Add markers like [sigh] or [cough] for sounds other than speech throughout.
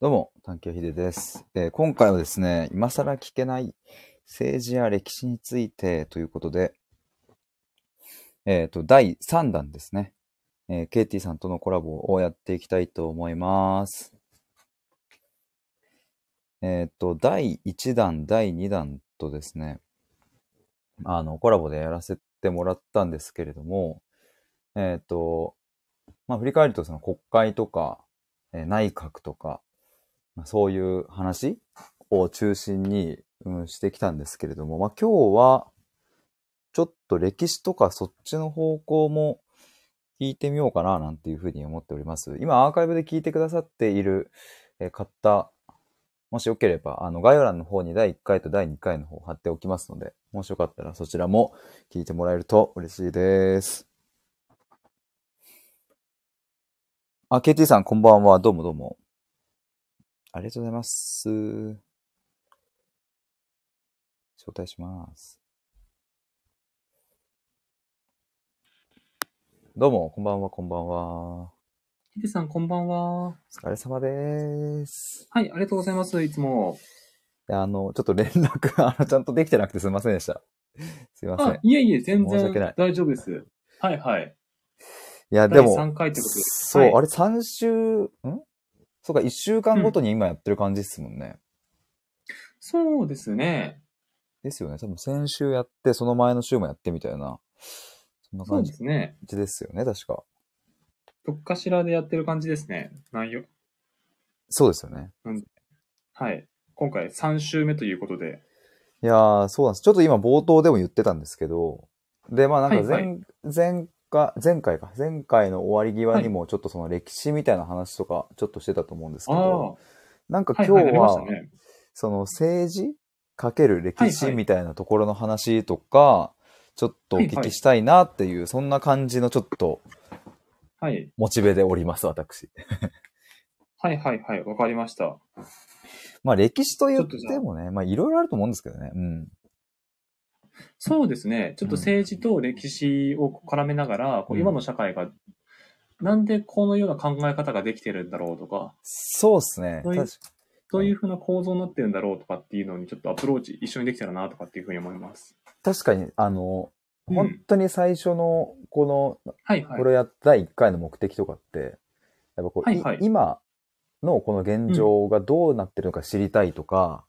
どうも、探求秀です、えー今回はですね、今更聞けない政治や歴史についてということで、えっ、と、第3弾ですね、えーケイティさんとのコラボをやっていきたいと思います。えっ、と、第1弾、第2弾とですね、あの、コラボでやらせてもらったんですけれども、えっ、と、まあ、振り返るとその国会とか、えー内閣とか、まあ、そういう話を中心に、うん、してきたんですけれども、まあ、今日は、ちょっと歴史とかそっちの方向も聞いてみようかな、なんていうふうに思っております。今、アーカイブで聞いてくださっているえー方、もしよければ、あの、概要欄の方に第1回と第2回の方を貼っておきますので、もしよかったらそちらも聞いてもらえると嬉しいです。あ、KT さん、こんばんは。どうもどうも。ありがとうございます。招待します。どうも、こんばんは、こんばんは。おヒデさん、こんばんは。疲れ様です。はい、ありがとうございます、いつも。いやあの、ちょっと連絡、あの、ちゃんとできてなくてすいませんでした。すいません。あい、いえいえ、全申し訳ない然大丈夫です。はいはい。や、で第も、 3回ってことで。そう、はいあれ3週、んそうか、1週間ごとに今やってる感じですもんね。そうですね。ですよね。多分先週やって、その前の週もやってみたいな、そんなそう感でじすね。ですよね、確か。どっかしらでやってる感じですね。内容。そうですよね。はい。今回3週目ということで。いやー、そうなんです。ちょっと今冒頭でも言ってたんですけど、で、まあなんか前、はいは前回、前回か、前回の終わり際にもちょっとその歴史みたいな話とかちょっとしてたと思うんですけあど、あ、なんかはい今はい、日なりましは、たね。その政治かける歴史はいはいみたいなところの話とか、ちょっとおはい聞はいきしたいなっていう、そんな感じのちょっとはい。モチベでおります、私。はいはいはい、わかりました。まあ歴史と言っちょっとじてゃあもね、まあいろいろあると思うんですけどね。うん。そうですね。ちょっと政治と歴史を絡めながら、うこうん今の社会が、なんでこのような考え方ができてるんだろうとか、そうですね。そういう確かどういうふうな構造になってるんだろうとかっていうのにちょっとアプローチ一緒にできたらなとかっていうふうに思います。確かに、あの、うん本当に最初の、この、はいはい。これやった第1回の目的とかって、やっぱこう、はいはいい今のこの現状がどうなってるのか知りたいとか、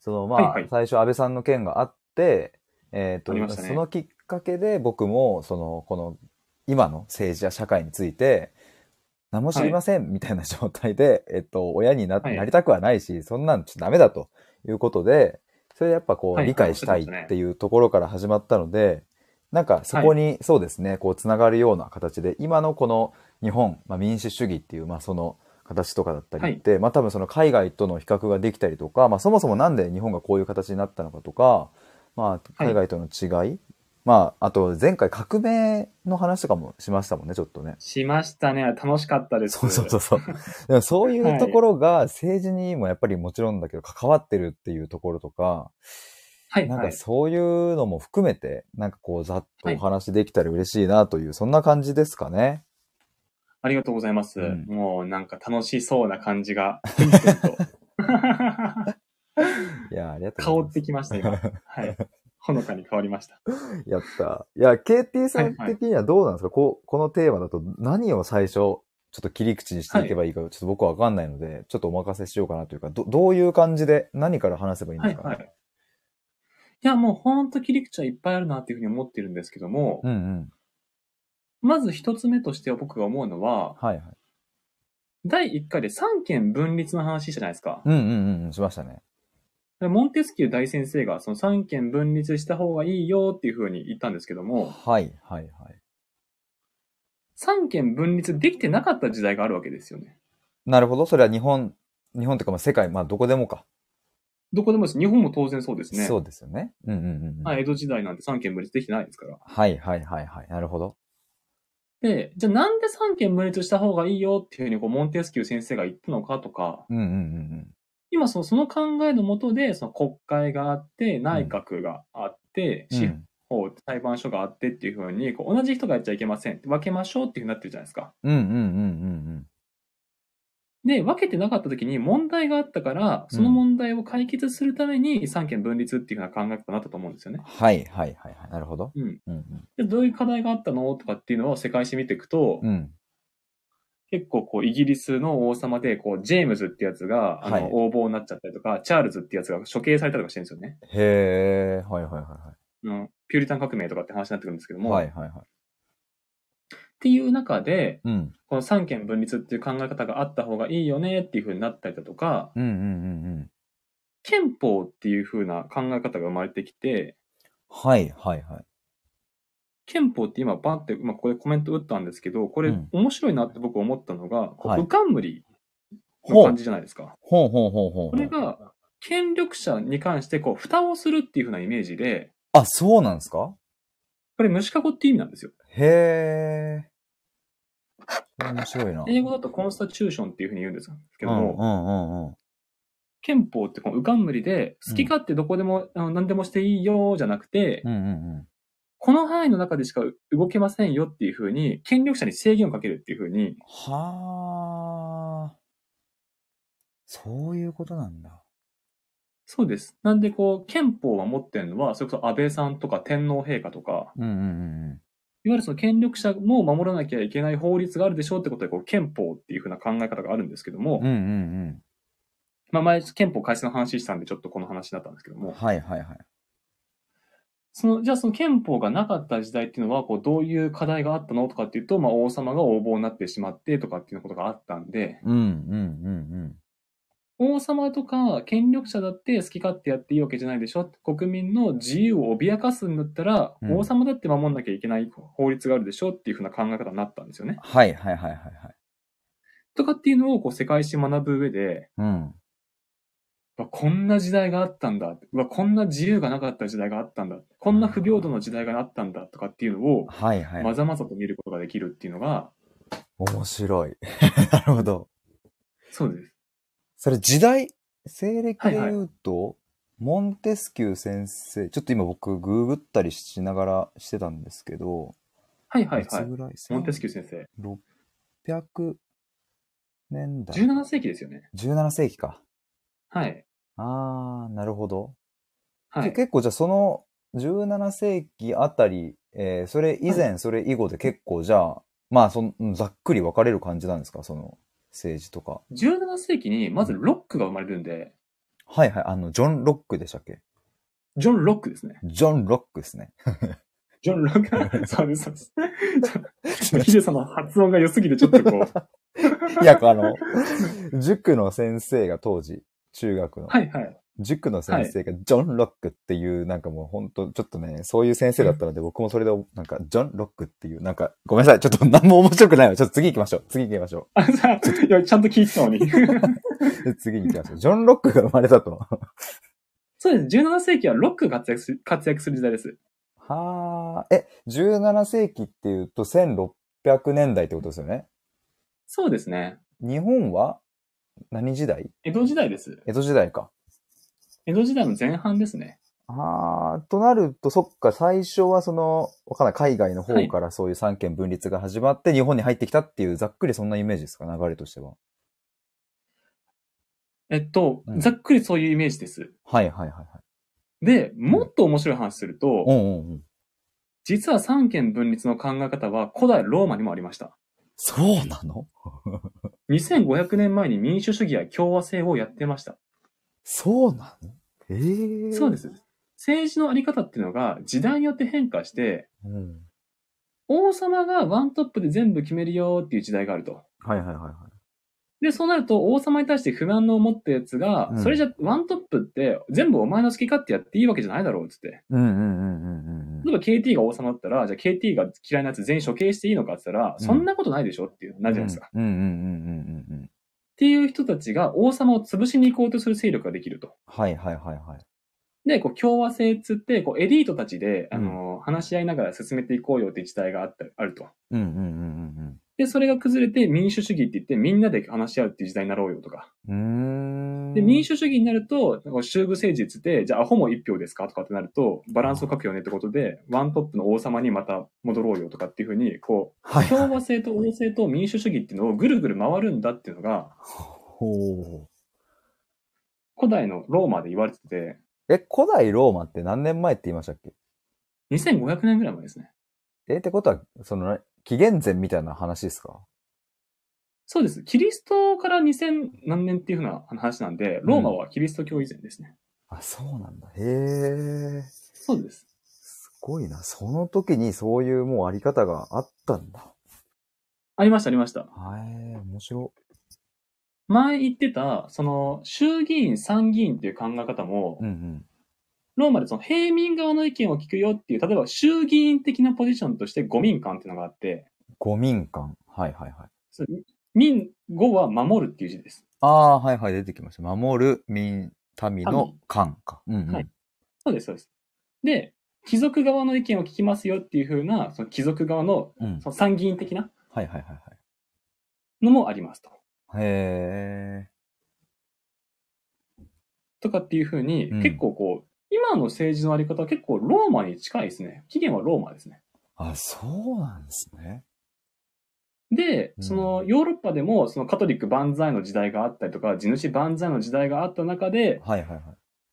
そのまあ、はいはい最初安倍さんの件があって、えっ、と、ありましたねそのきっかけで僕も、その、この、今の政治や社会について、何も知りませんみたいな状態で、 [laughs] えっと、親にな,、はいなりたくはないし、そんなんちょっとダメだということで、それでやっぱこう、はい理解したいそうですねっていうところから始まったので、なんかそこに、そうですね、こう、つながるような形で、今のこの日本、まあ、民主主義っていう、まあ、その形とかだったりって、まあ、多分その海外との比較ができたりとか、まあ、そもそもなんで日本がこういう形になったのかとか、まあ、は海い外との違い、まあ、あと前回革命の話とかもしましたもんね、ちょっとね。しましたね。楽しかったです。そうそうそうそう。でもそういうところが政治にもやっぱりもちろんだけど関わってるっていうところとか、はいなんはかい。そういうのも含めて、なんかこうざっとはいお話できたら嬉しいなという、そんな感じですかね。ありがとうございます。うんもうなんか楽しそうな感 [laughs] じが、ふんふんといや、ありがとう香ございってきました、今。はい。ほのかに変わりました。ます。やった。いや、KT さんはいはい的にはどうなんですか、こうこのテーマだと何を最初、ちょっと切り口にしていけばいいか、ちょっと僕はわかんないので、ちょっとお任せしようかなというか、どどういう感じで何から話せばいいんではすいか、はい。いや、もうほんと切り口はいっぱいあるなっていうふうに思ってるんですけども、うんうん。まず一つ目として僕が思うのは、はいはい。第1回で三権分立の話したじゃないですか。うんうんうんうん、しましたね。でモンテスキュー大先生がその三権分立した方がいいよっていうふうに言ったんですけども、はいはいはい。三権分立できてなかった時代があるわけですよね。なるほど。それは日本、日本というか、まあ、世界、まあ、どこでもか。どこでもです。日本も当然そうですね。そうですよね。うんうんうんうん。まあ江戸時代なんて三権分立できてないですから。はいはいはいはい。なるほど。で、じゃあなんで三権分立した方がいいよっていうふうにこうモンテスキュー先生が言ったのかとか、うんうんうん今そのその考えのもとで、その国会があって、内閣があって、うん。う司ん法、裁判所があってっていうふうに、こう同じ人がやっちゃいけません。分けましょうっていうふうになってるじゃないですか。うんうんうんうんうん。で、分けてなかった時に問題があったから、その問題を解決するために三権分立っていうふうな考え方になったと思うんですよね。はいはいはいはい。なるほど。うん。うんで、どういう課題があったのとかっていうのを世界史見ていくと、うん。うん。結構こう、イギリスの王様で、こう、ジェームズってやつが、あの、はい横暴になっちゃったりとか、チャールズってやつが処刑されたりとかしてるんですよね。へー。はいはいはいうん。ピューリタン革命とかって話になってくるんですけども、はい。はいはいはい。っていう中で、うん。この三権分立っていう考え方があった方がいいよねっていう風になったりだとか、うんうんうんうん。憲法っていう風な考え方が生まれてきて、はいはいはい。憲法って今バンって、まあ、ここでコメント打ったんですけど、これうん面白いなって僕思ったのが、こはうい浮かんむりのほう感じじゃないですか。ほうほうほうほう。これ、が、権力者に関してこう、蓋をするっていう風なイメージで、あ、そうなんですかこれ虫かごって意味なんですよ。へー。面白いな。英語だとコンスタチューションっていう風に言うんですけうどんも、うんうんうん。憲法ってこの浮かんむりで、好き勝手どこでも、あの何でもしていいよじゃなくて、うんうんこの範囲の中でしか動けませんよっていうふうに、権力者に制限をかけるっていうふうに、うん。はー。そういうことなんだ。そうです。なんでこう、憲法は持ってるのは、それこそ安倍さんとか天皇陛下とか、うんうんうんうん。いわゆるその権力者も守らなきゃいけない法律があるでしょうってことで、こう、憲法っていうふうな考え方があるんですけども、うんうんまあ前、憲法改正の話したんで、ちょっとこの話だったんですけどうん。も、はいはいはい。その、じゃあその憲法がなかった時代っていうのは、こう、どういう課題があったのとかっていうと、まあ、王様が横暴になってしまってとかっていうことがあったんで、うんうん王様とか権力者だって好き勝手やっていいわけじゃないでしょ国民の自由を脅かすんだったら、うん王様だって守んなきゃいけない法律があるでしょっていうふうな考え方になったんですよね。はいはいはいはいはい。とかっていうのをこう世界史学ぶ上で、うん。うわこんな時代があったんだ。うわこんな自由がなかった時代があったんだ。こんな不平等の時代があったんだとかっていうのを、はいはい。まざまざと見ることができるっていうのが、面白い。 [laughs] なるほど。そうです。それ時代、西暦で言うと、モンテスキュー先生、ちょっと今僕グーグったりしながらしてたんですけど、はいはいはいつ。ぐらいモンテスキュー先生。ー。600年代。 17世紀ですよね。 17世紀か。はい。あー、なるほど。はけい。結構じゃあその17世紀あたり、えーそれ以前、それ以後で結構じゃあ、まあその、うんざっくり分かれる感じなんですかその政治とか。 17世紀にまずロックが生まれるんで、はいはい、あの、ジョン・ロックでしたっけジョン・ロックですね。ジョン・ロックですね。ジョン・ロック。 [laughs] そうです、そうです。ヒデさんの発音が良すぎて、ちょっとこう。いや、あの、塾の先生が当時、中学の、はいはい。塾の先生がジョン・ロックっていう、なんかもう本当ちょっとね、そういう先生だったので、僕もそれで、なんか、ジョン・ロックっていう、なんか、ごめんなさい、ちょっと何も面白くないわ。ちょっと次行きましょう。次行きましょあ、じゃあ、いや、ちゃんと聞いてたのに。う。で次行きましょう。ジョン・ロックが生まれたと。 [laughs] そうです。17世紀はロックが活躍する、活躍する時代です。はあ、え、17世紀っていうと1600年代ってことですよね。そうですね。日本は何時代江戸時代です。江戸時代か。江戸時代の前半ですね。ああ、となると、そっか、最初はその、わかんない、海外の方からそういう三権分立が始まって、日本に入ってきたっていう、ざっくりそんなイメージですか、流れとしては。えっと、うんざっくりそういうイメージです。はいはいはいはい。で、もっと面白い話すると、うんうんうん。実は三権分立の考え方は古代ローマにもありました。そうなの2500年前に民主主義や共和制をやってました。そうなのええそうで。す。政治のあり方っていうのが時代によって変化して、うん。王様がワントップで全部決めるよっていう時代があると。はいはいはいはい。で、そうなると王様に対して不満を持ったやつが、うんそれじゃワントップって全部お前の好き勝手やっていいわけじゃないだろうっつって。うんうんうんうんうん例えば KT が王様だったら、じゃあ KT が嫌いなやつ全員処刑していいのかって言ったら、うんそんなことないでしょっていう、なうん。るじゃないですか。っうんうんうんうんうんうん。ていう人たちが王様を潰しに行こうとする勢力ができると。はいはいはいはい。で、こう共和制っつって、こうエリートたちで、あの、話し合いながら進めていこうよっていう時代があった、あると。うんうんうんで、それが崩れて民主主義って言ってみんなで話し合うっていう時代になろうよとか。うんうん。うーん。で、民主主義になると、なんか州部政治っつって、じゃあアホも一票ですかとかってなると、バランスを書くよねってことで、ワントップの王様にまた戻ろうよとかっていうふうに、こはう、い、共はい。和制と王制と民主主義っていうのをぐるぐる回るんだっていうのが、ほ古代のローマで言われてて、う。え、古代ローマって何年前って言いましたっけ2500年ぐらい前ですね。え、ってことは、その、紀元前みたいな話ですかそうです。キリストから2000何年っていうふうな話なんで、ローマはキリスト教以前ですね。あ、そうなんだ。へえ。そうです。すごいな。その時にそういうもうあり方があったんだ。ありました、ありました。はい、面白前言ってた、その、衆議院、参議院っていう考え方も、い。うんうん。ローマでその平民側の意見を聞くよっていう、例えば衆議院的なポジションとして五民間っていうのがあって、五民間。はいはいはい。その民、語は守るっていう字です。ああ、はいはい、出てきました。守る民、民の間か。うんうん。はいそうです、そうです。で、貴族側の意見を聞きますよっていう風な、その貴族側のうん。その参議院的なはいはいはいはい。のもありますと。へえ。とかっていう風に、うん結構こう、今の政治のあり方は結構ローマに近いですね。起源はローマですね。あ、そうなんですね。で、うんそのヨーロッパでもそのカトリック万歳の時代があったりとか、地主万歳の時代があった中で、はいはいはい。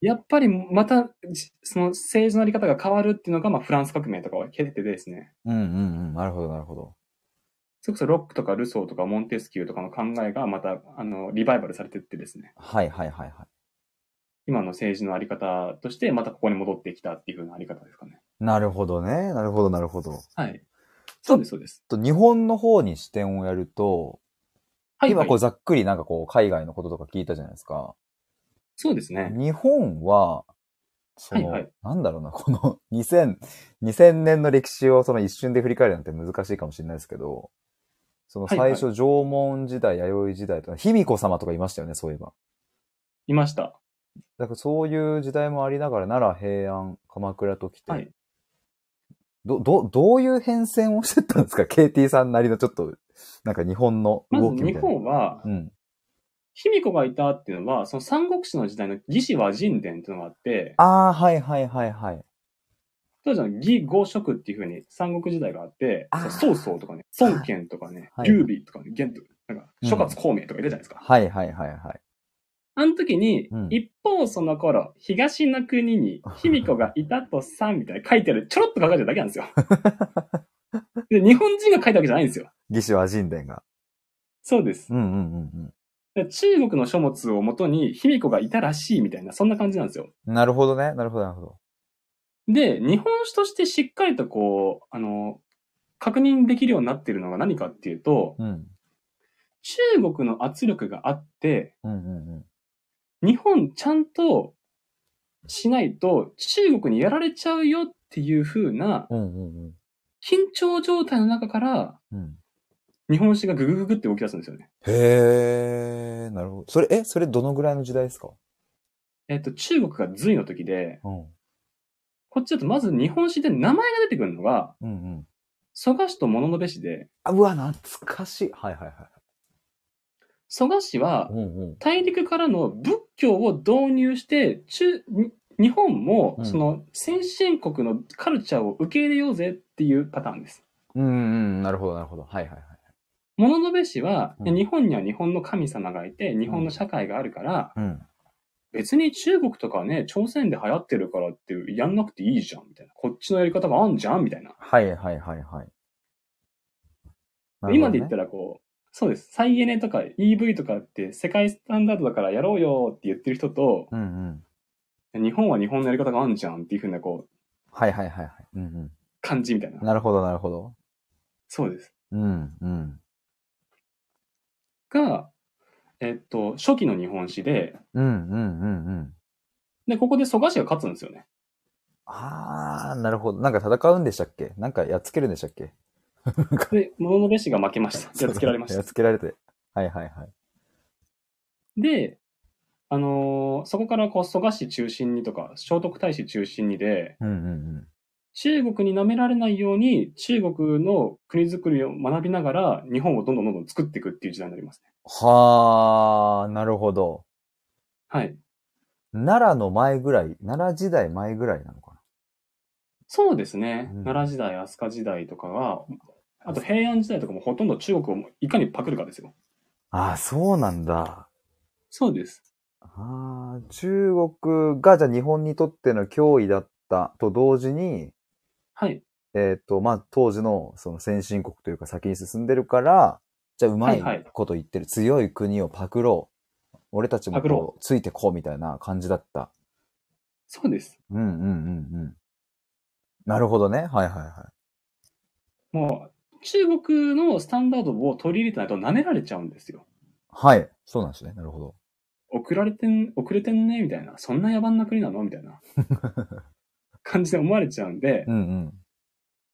やっぱりまた、じその政治のあり方が変わるっていうのが、まあフランス革命とかは経てですね。うんうんうん。なるほどなるほど。それこそロックとかルソーとかモンテスキューとかの考えがまた、あの、リバイバルされてってですね。はいはいはいはい。今の政治のあり方として、またここに戻ってきたっていう風なあり方ですかね。なるほどね。なるほどなるほど。はい。そうです、そうです。と日本の方に視点をやると、はい、は今いこう。ざっくりなんかこう海外のこととか聞いたじゃないですか。そうですね。日本は、その、はいはいなんだろうな、この [laughs] 2000, 2000年の歴史をその一瞬で振り返るなんて難しいかもしれないですけど、そのはいは最い初、縄文時代、弥生時代とか、卑弥呼様とかいましたよね、そういえば。いました。だからそういう時代もありながら、奈良、平安、鎌倉と来て、はいど、ど、どういう変遷をしてったんですか ?KT さんなりのちょっと、なんか日本のま動ずきみ日たいな。本はう、ん。卑弥呼がいたっていうのは、その三国志の時代の魏志和人伝っていうのがあって、ああ、はいはいはいはい。当時の魏合職っていうふうに三国時代があってあー、曹操とかね、孫権とかねは、い劉備とかね、玄とか、なんか諸葛孔明とかいたじゃないですか。はいはいはいはい。あの時にうん、一方その頃、東の国に卑弥呼がいたとさんみたいな書いてある、ちょろっと書かれてるだけなんです [laughs] よ。で、日本人が書いたわけじゃないんですよ。魏志和人伝が。そうですう。んうんうんで中国の書物をもとに卑弥呼がいたらしいみたいな、そんな感じなんですよ。うん。なるほどね。なるほどなるほど。で、日本史としてしっかりとこう、あの、確認できるようになってるのが何かっていうと、うん。中国の圧力があって、うんうん日本ちゃんとしないと中国にやられちゃうよっていう風なうん。うんうんうん。緊張状態の中からうん、日本史がググググって動き出すんですよね。へえ、なるほど。それ、え、それどのぐらいの時代ですかえっと、中国が隋の時で、うん。こっちだとまず日本史で名前が出てくるのが、うんうん。蘇我氏と物部氏で、あ、うわ、懐かしい。はいはいはい。蘇我氏はうんうん。大陸からの仏教を導入して、中、に日本もうんその先進国のカルチャーを受け入れようぜっていうパターンです。うんうん、なるほどなるほど。はいはいはい。物部氏は、うん日本には日本の神様がいて、日本の社会があるから、うん。別に中国とかね、朝鮮で流行ってるからっていう、やんなくていいじゃん、みたいな。こっちのやり方があんじゃん、みたいな。はいはいはいはい。今で言ったら。らこう、そうです。再エネとか EV とかって世界スタンダードだからやろうよって言ってる人と、うんうん。日本は日本のやり方があんじゃんっていうふうなこう、はいはいはいはい。うん感じみたいなうん。。なるほどなるほど。そうです。うんうん。が、えっと、初期の日本史で、うんうんうんうん。で、ここで蘇我氏が勝つんですよね。あー、なるほど。なんか戦うんでしたっけなんかやっつけるんでしたっけで、物部氏が負け [laughs] ました。やっつけられましやたっ。つけられて。はいはいはい。で、あのーそこからこう蘇我氏中心にとか、聖徳太子中心にで、うんうんうん。中国に舐められないように、中国の国づくりを学びながら、日本をどんどんどんどん作っていくっていう時代になりますね。はあ、なるほど。はい。奈良の前ぐらい、奈良時代前ぐらいなのかそうですね。うん奈良時代、飛鳥時代とかが、あと平安時代とかもほとんど中国をいかにパクるかですよ。な。ああ、そうなんだ。そうです。ああ、中国がじゃあ日本にとっての脅威だったと同時に、はい。えっ、と、まあ、当時のその先進国というか先に進んでるから、じゃあうまいはいはいこと言ってる、強い国をパクろう。俺たちもパクろこうついてこうみたいな感じだった。そうです。うんうんうんうん。なるほどね。はいはいはもう、中国のスタンダードを取り入れてないと舐められちゃうんですよ。い。はい。そうなんですね。なるほど。送られてん、遅れてんねみたいな。そんな野蛮な国なのみたいな [laughs] 感じで思われちゃうんで、うんうん。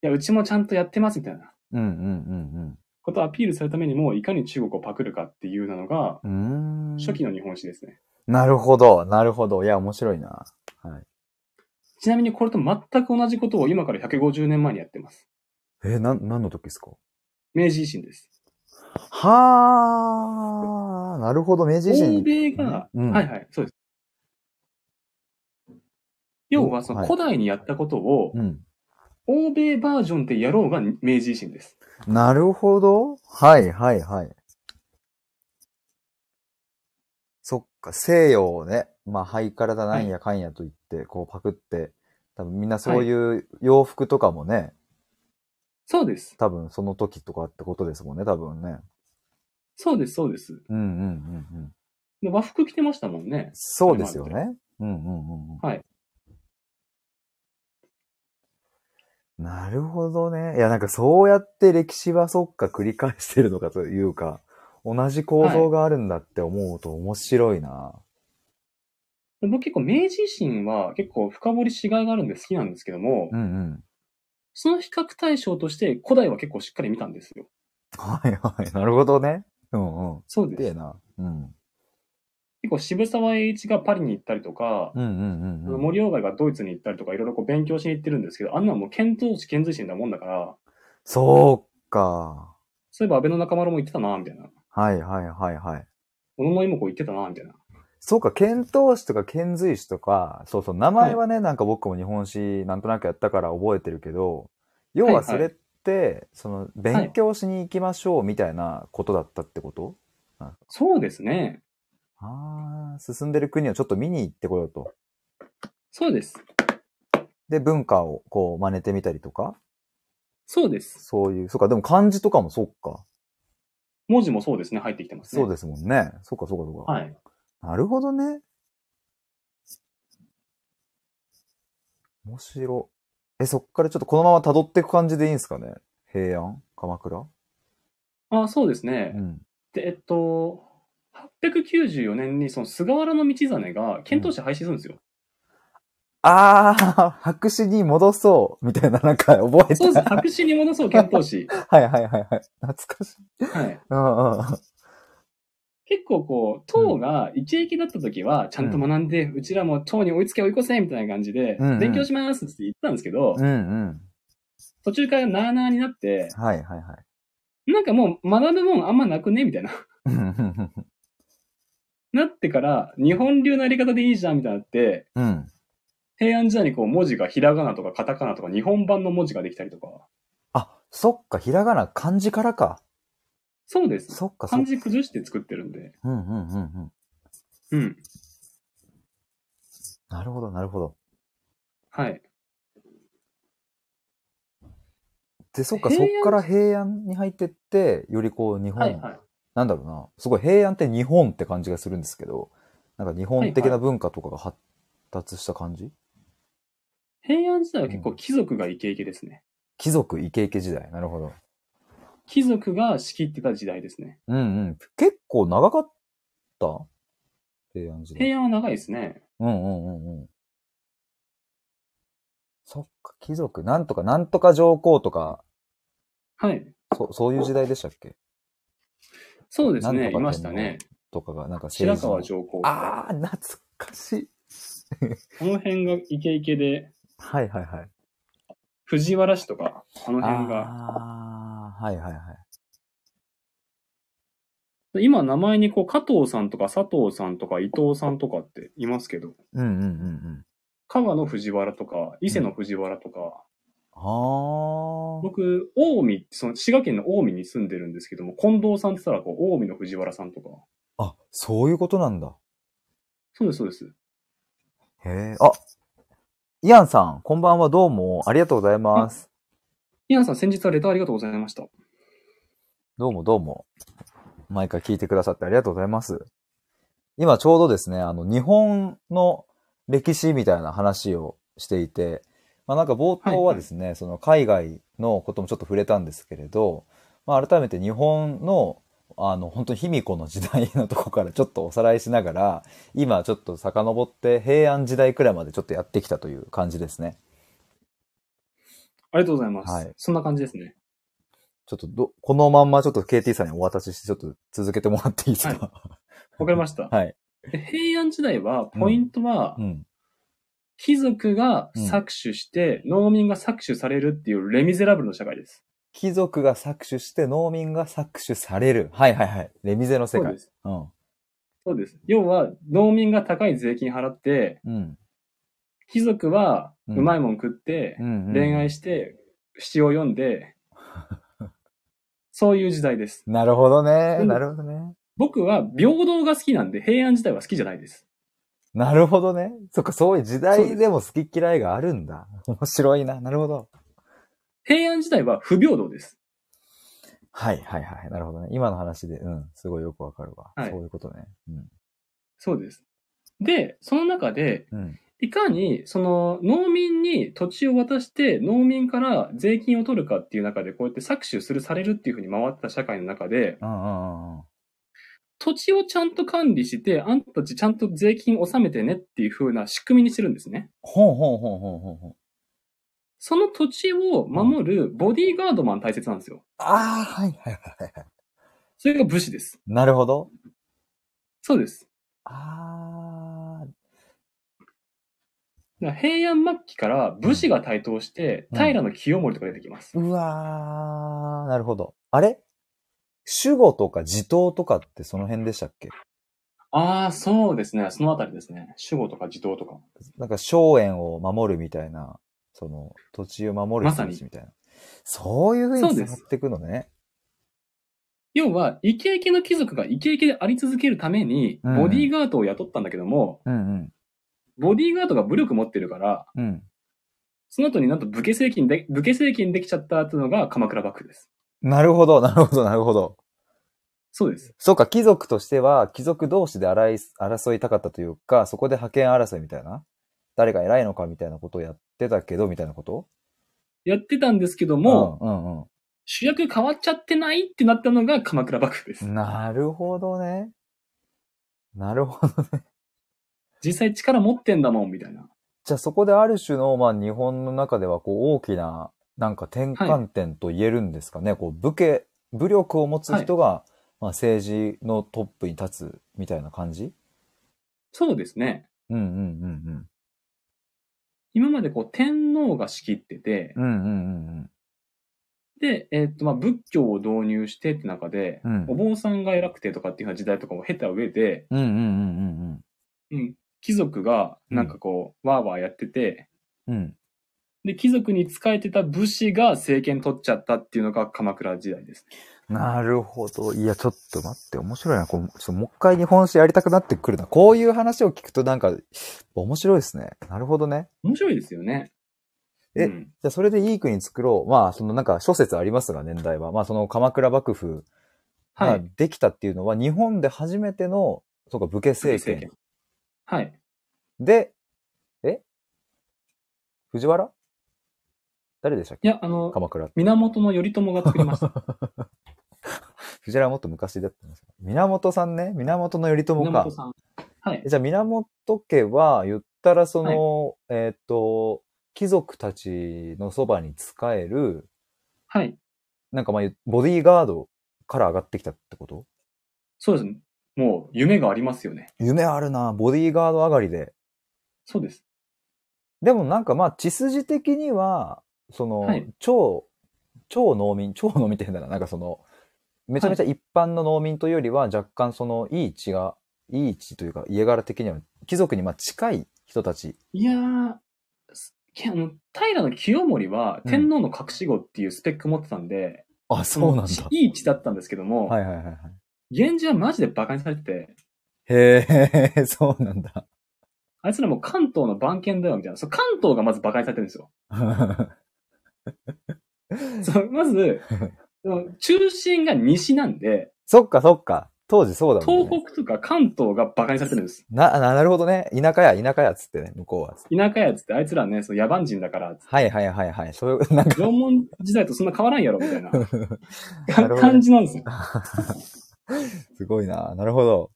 いや、うちもちゃんとやってますみたいなうんうんことをアピールするためにも、いかに中国をパクるかっていうのが、うんうん。うーん。初期の日本史ですね。なるほど。なるほど。いや、面白いな。はい。ちなみにこれと全く同じことを今から150年前にやってます。えー、なん、何の時ですか明治維新です。はあ、なるほど、明治維欧新。米が、うんはいはい、そうです。要は、そのはい古代にやったことを、うん。欧米バージョンでやろうが明治維新です。なるほど。はい、はい、はい。そっか、西洋をね、まあ、ハイカラだなんやかんやと言って、こうパクって、多分みんなそういう洋服とかもね、そうです。多分その時とかってことですもんね、多分ね。そうです、そうです。うんうんうんうん。で和服着てましたもんね。そうですよね。うんうんうんうん。はい。なるほどね。いや、なんかそうやって歴史はそっか繰り返してるのかというか、同じ構造があるんだって思うと面白いな。で僕結構明治維新は結構深掘りしがいがあるんで好きなんですけども、うんうん。その比較対象として古代は結構しっかり見たんですよ。はいはい。なるほどね。うんうん。そうですす。げえ結な。うん。構渋沢栄一がパリに行ったりとか、うんうんうん、うん。森鴎外がドイツに行ったりとかいろいろこう勉強しに行ってるんですけど、あんなのもう遣唐使遣隋使なもんだから、そうか。そういえば安倍の中丸も言ってたな、みたいな。はいはいはいはい。小野妹子言ってたな、みたいな。そうか、遣唐使とか遣隋使とか、そうそう、名前はね、なんか僕も日本史なんとなくやったから覚えてるけど、要はいははいそれって、その、勉強しに行きましょうみたいなことだったってこと、そうですね。ああ、進んでる国をちょっと見に行ってこようと。そうです。で、文化をこう真似てみたりとか、そうです。そういう、そうか、でも漢字とかもそうか。文字もそうですね、入ってきてますね。そうですもんね。そうかそうかそうか。はい。なるほどね。面白。え、そっからちょっとこのまま辿っていく感じでいいんですかね平安鎌倉あそうですね。うん。で、えっと、894年にその菅原道真が遣唐使廃止するんですよ。あー、 [laughs] 白紙に戻そうみたいな、なんか覚えてそうです。白紙に戻そう遣 [laughs] 唐使。はいはいはいはい。懐かしい。はい。うんうん。結構こう、唐が一駅だった時は、ちゃんと学んで、うちらも唐に追いつけ追い越せみたいな感じで、うんうん勉強しますって言ったんですけど、うん途中からなーなーになって、うん。はいはいはい。なんかもう学ぶもんあんまなくねみたいな。うんうんなってから、日本流のやり方でいいじゃんみたいになって、 [laughs] うんうん。平安時代にこう文字がひらがなとかカタカナとか日本版の文字ができたりとか。あ、そっか、ひらがな、漢字からか。そうです。そっか、そっ漢か。字崩して作ってるんで。うんうんうんうん。うん。なるほど、なるほど。はい。で、そっか、平そっ安から平安に入ってって、よりこう、日本、はいはい。なんだろうな、すごい平安って日本って感じがするんですけど、なんか日本的はいはな文化とかが発達した感じ、平安時代は結構貴族がイケイケですね。貴族イケイケ時代。なるほど。貴族が仕切ってた時代ですね。うんうん。結構長かった平安時代。平安は長いですね。うんうんうんうん。そっか、貴族、なんとか、なんとか上皇とか、はい。そそういう時代でしたっけそうですなね。んとかい天皇ましたね。とかが、なんか白政治の川上皇。こあー、懐かしい。の辺がイケイケで、はいはいはい。藤原氏とか、あの辺が。あー、はいはいはい。今名前にこう、加藤さんとか佐藤さんとか伊藤さんとかっていますけど、うんうんうんうん。加賀の藤原とか、伊勢の藤原とか、あー。僕、近江、その滋賀県の近江に住んでるんですけども、近藤さんって言ったらこう、近江の藤原さんとか、あ、そういうことなんだ。そうです、そうです。へえ。あ、イアンさん、こんばんは、どうも、ありがとうございます。イアンさん、先日はレターありがとうございました。どうも、どうも。毎回聞いてくださってありがとうございます。今ちょうどですね、あの、日本の歴史みたいな話をしていて、まあなんか冒頭はですね、その海外のこともちょっと触れたんですけれど、まあ改めて日本の、あの、本当に卑弥呼の時代のとこからちょっとおさらいしながら、今ちょっと遡って平安時代くらいまでちょっとやってきたという感じですね。ありがとうございます。はいそんな感じですね。ちょっとど、このまんまちょっと KT さんにお渡しして、ちょっと続けてもらっていいですか、わかりました。はい。で平安時代は、ポイントは、うん。貴族が搾取して、農民が搾取されるっていうレミゼラブルの社会です。貴族が搾取して農民が搾取される。はいはいはい。レミゼの世そう界で。す。うん。そうです。要は、農民が高い税金払って、うん。貴族はううんまいもん食ってう、ん、うん。恋愛して、詩を読ん [laughs] で、そういう時代です。なるほどね。うんなるほどね。僕は平等が好きなんで、平安時代は好きじゃないです。なるほどね。そっか、そういう時そうで代すでも好き嫌いがあるんだ。面白いな。なるほど。平安時代は不平等です。はいはいはい。なるほどね。今の話で、うん。すごいよくわかるわ。はいそういうことね。うん。そうです。で、その中で、うん。いかに、その、農民に土地を渡して、農民から税金を取るかっていう中で、こうやって搾取する、されるっていうふうに回った社会の中で、うんうんうんうん。土地をちゃんと管理して、あんたたちちゃんと税金納めてねっていうふうな仕組みにしてるんですね。ほんほんほんほんほんほん。その土地を守るボディーガードマン大切なんですよ。ああ、はいはいはいはい。それが武士です。なるほど。そうです。あーだから平安末期から武士が台頭して、うん平清盛とか出てきます。うわー、なるほど。あれ主語とか自頭とかってその辺でしたっけああ、そうですね。そのあたりですね。主語とか自動とか。なんか、荘園を守るみたいな、その、土地を守るま人さにたちみたいな。そういうふうそうにで伝すわっていくのね。要は、イケイケの貴族がイケイケであり続けるために、うんボディーガードを雇ったんだけども、うんうん。ボディーガードが武力持ってるから、うん。その後になんと武家政権で、武家政権できちゃったっていうのが鎌倉幕府です。なるほど、なるほど、なるほど。そうです。そうか、貴族としては、貴族同士で争い争いたかったというか、そこで覇権争いみたいな誰が偉いのかみたいなことをやってたけど、みたいなことやってたんですけども、うんうんうん。主役変わっちゃってないってなったのが鎌倉幕府です。なるほどね。なるほど。実際力持ってんだもん、みたいな。じゃあそこである種の、まあ日本の中ではこう大きな、なんか転換点と言えるんですかね。こう武家、武力を持つ人が、まあ政治のトップに立つみたいな感じそうですね。うんうんうん今までこう天皇が仕切っててうん。う、んうんで、えーっと、まあ、仏教を導入してって中で、うんお坊さんが偉くてとかっていうような時代とかを経た上で、うんうん。うんうんうんうん、貴族がなんかこう、わーわーやってて、うんうん。うん。で、貴族に仕えてた武士が政権取っちゃったっていうのが鎌倉時代です。なるほど。いや、ちょっと待って、面白いな。こうちょっともう一回日本史やりたくなってくるな。こういう話を聞くとなんか、面白いですね。なるほどね。面白いですよね。えうんじゃあ、それでいい国作ろう。まあ、そのなんか諸説ありますが、年代は。まあ、その鎌倉幕府はがい。できたっていうのは、日本で初めての、そうか、武家政権。はい。で、え藤原誰でしたっけいや、あの、鎌倉。源頼朝が作りま [laughs] した。藤原はもっと昔だったんですよ源さんね。源頼朝か。源さん。はい。じゃあ、源家は、言ったら、その、えーっと、貴族たちのそばに仕える、はい。なんかまあ、ボディーガードから上がってきたってことそうですね。もう、夢がありますよね。夢あるなボディーガード上がりで。そうです。でもなんかまあ、血筋的には、その、はい超、超農民、超農民って変だな。なんかその、めちゃめちゃ一般の農民というよりは、若干その、いい血が、いい血というか、家柄的には、貴族にまあ近い人たち。いやー、すけあの平の清盛はうん天皇の隠し子っていうスペック持ってたんで、あ、のいい位置だったんですけど [laughs] も、はいはいはいはい。源氏はマジで馬鹿にされてて、へえ、 [laughs] そうなんだ。あいつらもう関東の番犬だよ、みたいな。そう関東がまず馬鹿にされてるんですよ。そう [laughs] まず、その中心が西なんで、そっかそっか。当時そうだもんね。東北とか関東が馬鹿にされてるんです。な、ななるほどね。田舎や、田舎やっつってね、向こうは。田舎やつってあいつらね、その野蛮人だから、つってはいはいはいはい。そういう、なんか、縄文時代とそんな変わらんやろ、み [laughs] たいなるほどね感じなんですよ。すごいな。なるほど。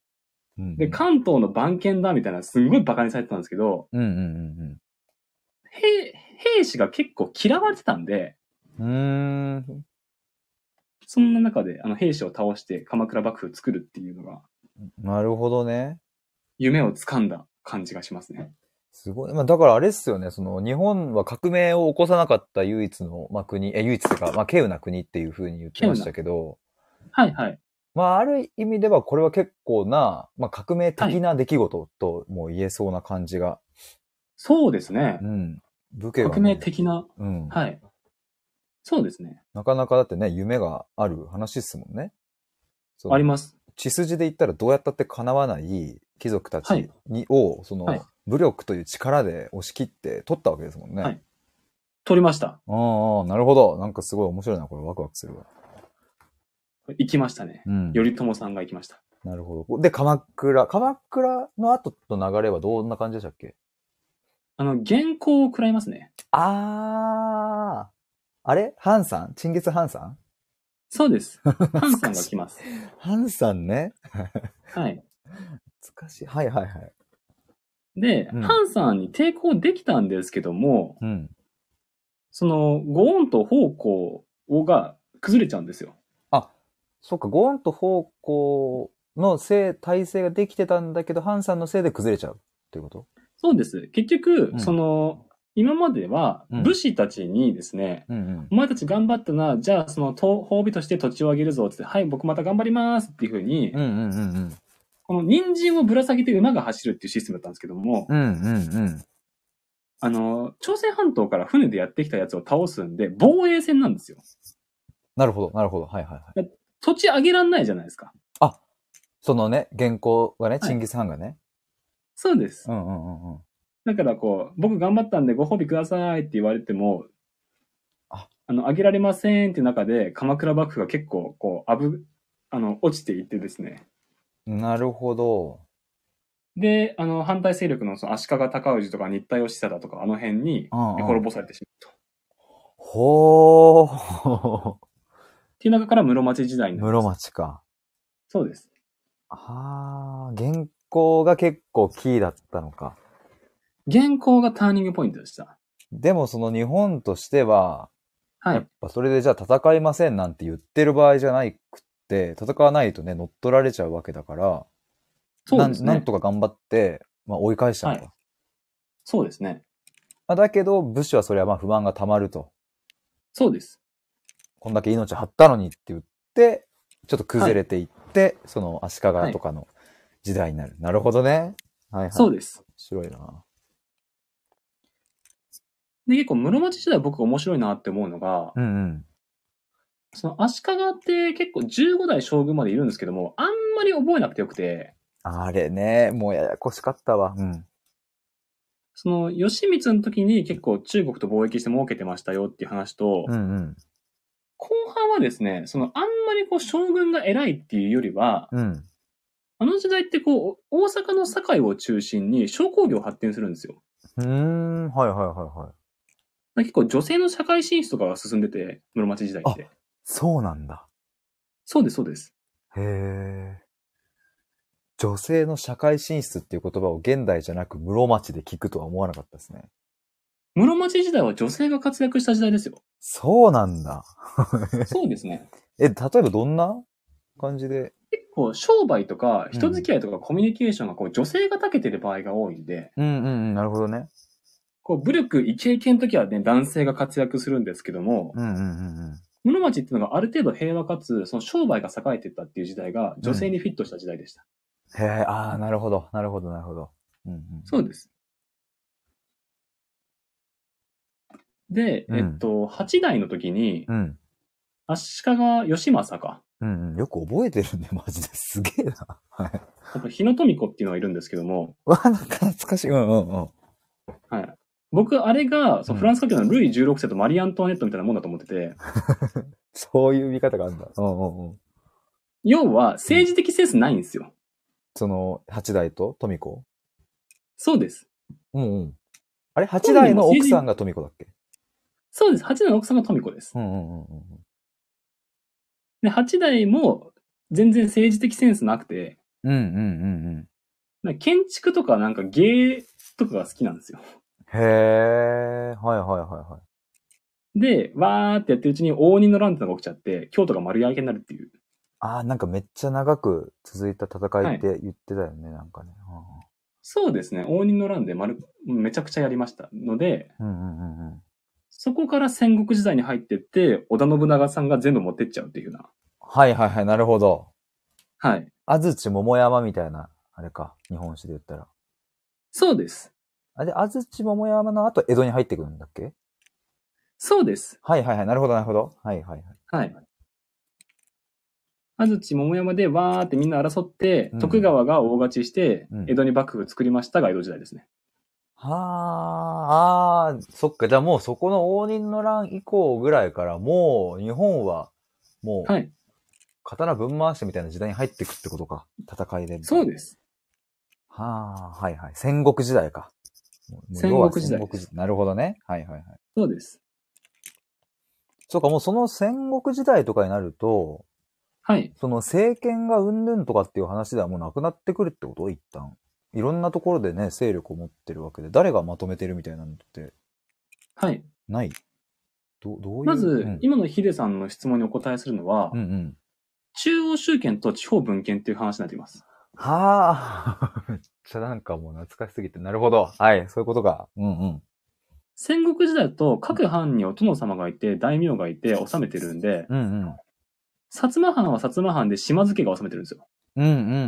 うん。で、関東の番犬だ、みたいな、すんごい馬鹿にされてたんですけど、うんうん兵、兵士が結構嫌われてたんで、うんうん。うーん。そんな中で、あの、兵士を倒して鎌倉幕府を作るっていうのが、なるほどね。夢を掴んだ感じがしますね。すごい。まあ、だからあれっすよね。その、日本は革命を起こさなかった唯一の、まあ、国、え、唯一というか、まあ、稀有な国っていう風に言ってましたけど、はいはい。まあ、ある意味ではこれは結構な、まあ、革命的な出来事とも言えそうな感じが。そうですねう。ん。武家がね、革命的な、うん。はい。そうですね。なかなかだってね、夢がある話っすもんね。そのあります。血筋で言ったらどうやったって叶わない貴族たはちいに、を、その、はい武力という力で押し切って取ったわけですもんね。はい取りました。ああ、なるほど。なんかすごい面白いな。これワクワクするわ。行きましたね。うん。頼朝さんが行きました。なるほど。で、鎌倉。鎌倉の後の流れはどんな感じでしたっけあの、原稿を食らいますね。ああ、あれハンさんチンギスハンさんそ [laughs] うです。ハンさんが来ます。ハンさんね。はい。懐かしい。はいはいはい。で、うんハンさんに抵抗できたんですけども、うん。その、ご恩と方向が崩れちゃうんですよ。そっか、ゴーンと方向のせい、体制ができてたんだけど、ハンさんのせいで崩れちゃうっていうことそうです。結局、うんその、今まではうん武士たちにですね、うんうん。お前たち頑張ったな、じゃあそのと褒美として土地をあげるぞってって、はい、僕また頑張りますっていうふうに、うんうんうんこの人参をぶら下げて馬が走るっていうシステムだったんですけども、うん。うんうんうん。あの、朝鮮半島から船でやってきたやつを倒すんで、防衛戦なんですよ。なるほど、なるほど。はいはいはい。土地あげらんないじゃないですか。そのね、原稿がね、はいチンギスハンがね。そうです。うんうんうんうん。だからこう、僕頑張ったんでご褒美くださいって言われても、ああの、あげられませんっていう中で、鎌倉幕府が結構、こう、あぶ、あの、落ちていってですね。なるほど。で、あの、反対勢力のその足利尊氏とか新田義貞とかあの辺にうんうん滅ぼされてしまうと。ほ [laughs] ー。っていう中から室町時代になる。室町か。そうです。あー、原稿が結構キーだったのか。元寇がターニングポイントでした。でもその日本としては、はやっい。ぱそれでじゃあ戦いませんなんて言ってる場合じゃないくって、戦わないとね、乗っ取られちゃうわけだから、そうですなんなねん。とか頑張って、まあ追い返したんだ。はいそうですね。まあだけど、武士はそれはまあ不満が溜まると。そうです。こんだけ命張ったのにって言って、ちょっと崩れていって、その足利とかの時代になる。なるほどね。はいはい。そうです。白いな。で、結構室町時代僕面白いなって思うのが、うんうん。その足利って結構15代将軍までいるんですけども、あんまり覚えなくてよくて、あれね、もうややこしかったわ。うん。その義満の時に結構中国と貿易して儲けてましたよっていう話と、うんうん。後半はですね、そのあんまりこう将軍が偉いっていうよりは、うん。あの時代ってこう、大阪の堺を中心に商工業発展するんですよ。うーん。はいはいはいはい。だから結構女性の社会進出とかが進んでて、室町時代って。そうなんだ。そうです、そうです。へえ。女性の社会進出っていう言葉を現代じゃなく室町で聞くとは思わなかったですね。室町時代は女性が活躍した時代で [laughs] すよ。そうなんだ。そうですね。え、例えばどんな感じで結構商売とかうん人付き合いとかコミュニケーションがこう女性が長けてる場合が多いんで、うんうんうん、なるほどね。こう武力イケイケの時はね、男性が活躍するんですけども、うんうんうん室町っていうのがある程度平和かつ、その商売が栄えてったっていう時代が女性にフィットした時代でした。うん。へえ、ああ、なるほど、なるほど、なるほど。うんうん、そうです。で、うんえっと、8代の時に、うん。足利義政か。うんうん。よく覚えてるね、マジですげえな。はい。あと、日野富子っていうのがいるんですけども、わ、なんか懐かしい。うんうんうん。はい。僕、あれが、そううんフランス革命のルイ16世とマリー・アントワネットみたいなもんだと思ってて、そういう見方があるんだ。うんうんうん。要は政治的センスないんですよ。その、八代と富子そうです。うんうん。あれ八代の奥さんが富子だっけそうです。八代の奥さんが富子です。うんうんうんうん。で、八代も全然政治的センスなくて、うんうんなんか建築とかなんか芸とかが好きなんですよ。うんうん。へえ、はいはいはいはで、わーってやってるうちに応仁の乱ってのが起きちゃって、京都が丸焼けになるっていう。い。ああ、なんかめっちゃ長く続いた戦いって言ってたよね、なんかね。そうですね。応仁の乱で丸、めちゃくちゃやりましたので、うんうんうんうんうん。そこから戦国時代に入ってって、織田信長さんが全部持ってっちゃうっていうような。はいはいはい、なるほど。はい。安土桃山みたいな、あれか、日本史で言ったら。そうです。あれ、安土桃山の後、江戸に入ってくるんだっけそうです。はいはいはい、なるほどなるほど。はいはいはい。はい。安土桃山でわーってみんな争って、うん徳川が大勝ちしてうん、江戸に幕府作りましたが江戸時代ですね。はあ、あーそっか。じゃあもうそこの応仁の乱以降ぐらいから、もう日本は、もうはい。刀ぶん回してみたいな時代に入ってくってことか。戦いで。そうです。はあ、はいはい。戦国時代か。もう戦要は国時代戦国なるほどね。はいはいはい。そうです。そうか、もうその戦国時代とかになると、はい。その政権がうんぬんとかっていう話ではもうなくなってくるってこと一旦。いろんなところでね、勢力を持ってるわけで、誰がまとめてるみたいなのってはい。ないどどういうまず、うん今のヒデさんの質問にお答えするのは、うんうん。中央集権と地方分権っていう話になっています。はあ。めっちゃなんかもう懐かしすぎて。なるほど。はい、そういうことか。うんうん。戦国時代だと各藩にお殿様がいて、大名がいて、治めてるんで、うんうん。薩摩藩は薩摩藩で島津家が治めてるんですよ。うんうんうんう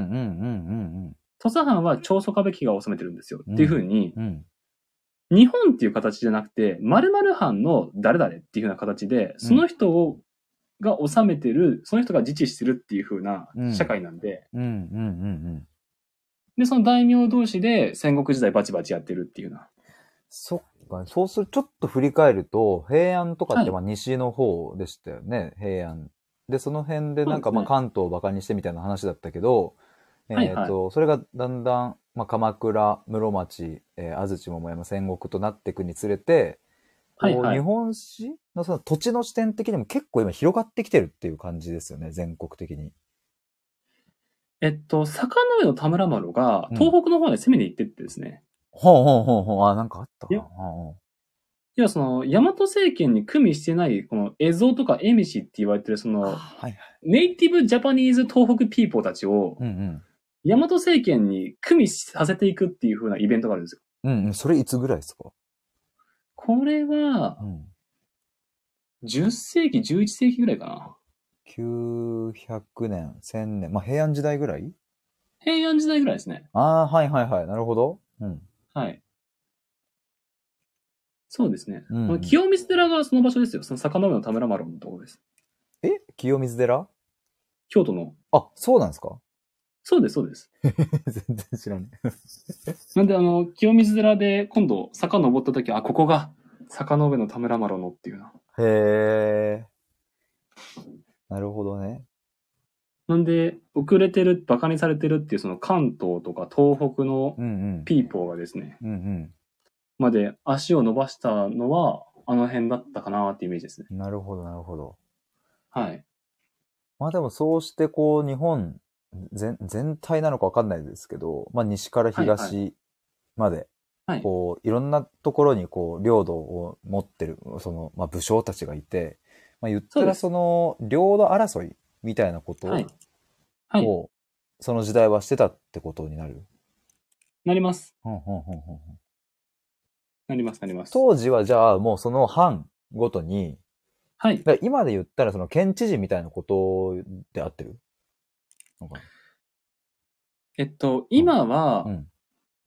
ん土佐藩は長宗我部家が治めてるんですよ。っていうふうに、うんうん。うん。日本っていう形じゃなくて、〇〇藩の誰々っていうふうな形で、その人を、が治めてる、その人が自治してるっていうふうなうん社会なんで、うんうんうんうん。で、その大名同士で戦国時代バチバチやってるっていうような。そっか。そうする、ちょっと振り返ると、平安とかってまあ西の方でしたよね。平安。で、その辺でなんかそうですまねあ関東を馬鹿にしてみたいな話だったけど、はいえっ、はいと、それがだんだん、まあ、鎌倉、室町、えー安土桃山、戦国となっていくにつれて、こうはいはい日本史のその土地の視点的にも結構今広がってきてるっていう感じですよね、全国的に。えっと、坂上の田村麻呂がうん東北の方へ攻めに行ってってですね、ほうほうほうほう、あ、なんかあったかいな。やうんうん要はその、大和政権に組みしてない、この、蝦夷とか蝦夷って言われてる、そはいの、はい。ネイティブジャパニーズ東北ピーポーたちをう、ん大和政権に組みさせていくっていう風なイベントがあるんですよ。うん。うんうん、それいつぐらいですかこれはう、ん。 10世紀、11世紀ぐらいかな。 900年、1000年、まあ平安時代ぐらい平安時代ぐらいですね。ああー、はいはいはい、なるほど。うん。はい。そうですね。うんうんこの清水寺がその場所ですよ。その坂上の田村麻呂のところです。え清水寺京都の。あ、そうなんですか [laughs] そうです、そうです。全然知らない。なんで、あの、清水寺で今度坂登った時は、あ、ここが坂上の田村麻呂のっていうな。へえ。なるほどね。なんで、遅れてる、馬鹿にされてるっていう、その関東とか東北のうんうん。ピーポーがですね、うんうん。まで足を伸ばしたのは、あの辺だったかなっていうイメージですね。なるほど、なるほど。はい。まあでもそうしてこう、日本全全体なのかわかんないですけど、まあ西からはい東まで、はいこう、いろんなところにこう、領土を持ってる、その、まあ武将たちがいて、まあ言ったそうらですその、領土争いみたいなことを、はいはい。その時代はしてたってことになる。なります。うんうんうんうんうんなります、なります。当時はじゃあもうその藩ごとに、はい。だから今で言ったらその県知事みたいなことで合ってるのかえっと、今なは、うん。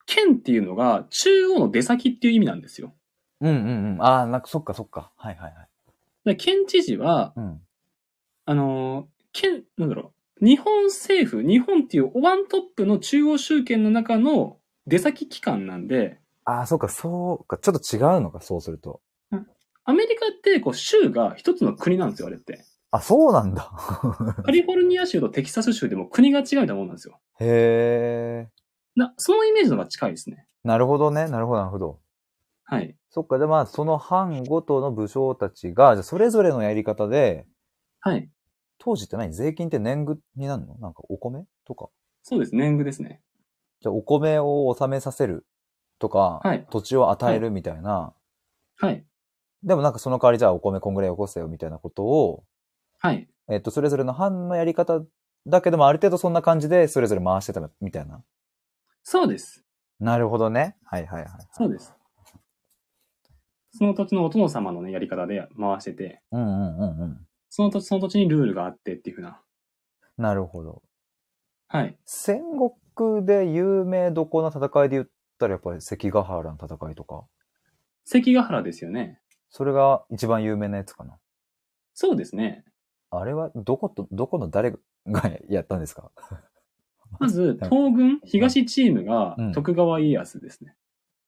県っていうのが中央の出先っていう意味なんですよ。うんうんうん。ああ、なんかそっかそっか。はいはいはい。だから県知事はうん。あの、県、なんだろう、日本政府、日本っていうワントップの中央集権の中の出先機関なんで、ああ、そうか、そうか。ちょっと違うのか、そうすると。アメリカってこう州が一つの国なんですよ、あれって。あ、そうなんだ。 [laughs] カリフォルニア州とテキサス州でも国が違うみたいなもんなんですよ。へえ。な、そのイメージの方が近いですね。なるほどね。なるほど、なるほど。はい。そっか。で、まあ、その藩ごとの武将たちが、じゃあそれぞれのやり方で、はい。当時って何税金って年貢になるのなんかお米とか。そうです。年貢ですね。じゃあお米を納めさせるとか、はい土地を与えるみたいな。はい。でもなんかその代わりじゃあお米こんぐらい起こせよみたいなことを、はい。えっと、それぞれの藩のやり方だけどもある程度そんな感じでそれぞれ回してたみたいな。そうです。なるほどね。はいはいはい。そうです。その土地のお殿様のね、やり方で回してて、うんうんうんうん。その土地その土地にルールがあってっていうふうな。なるほど。はい。戦国で有名どこの戦いで言ったらやっぱり関ヶ原の戦いとか、関ヶ原ですよね。それが一番有名なやつかな。そうですね。あれはどこと、どこの誰がやったんですかまず、東軍、東チームがうん徳川家康ですね。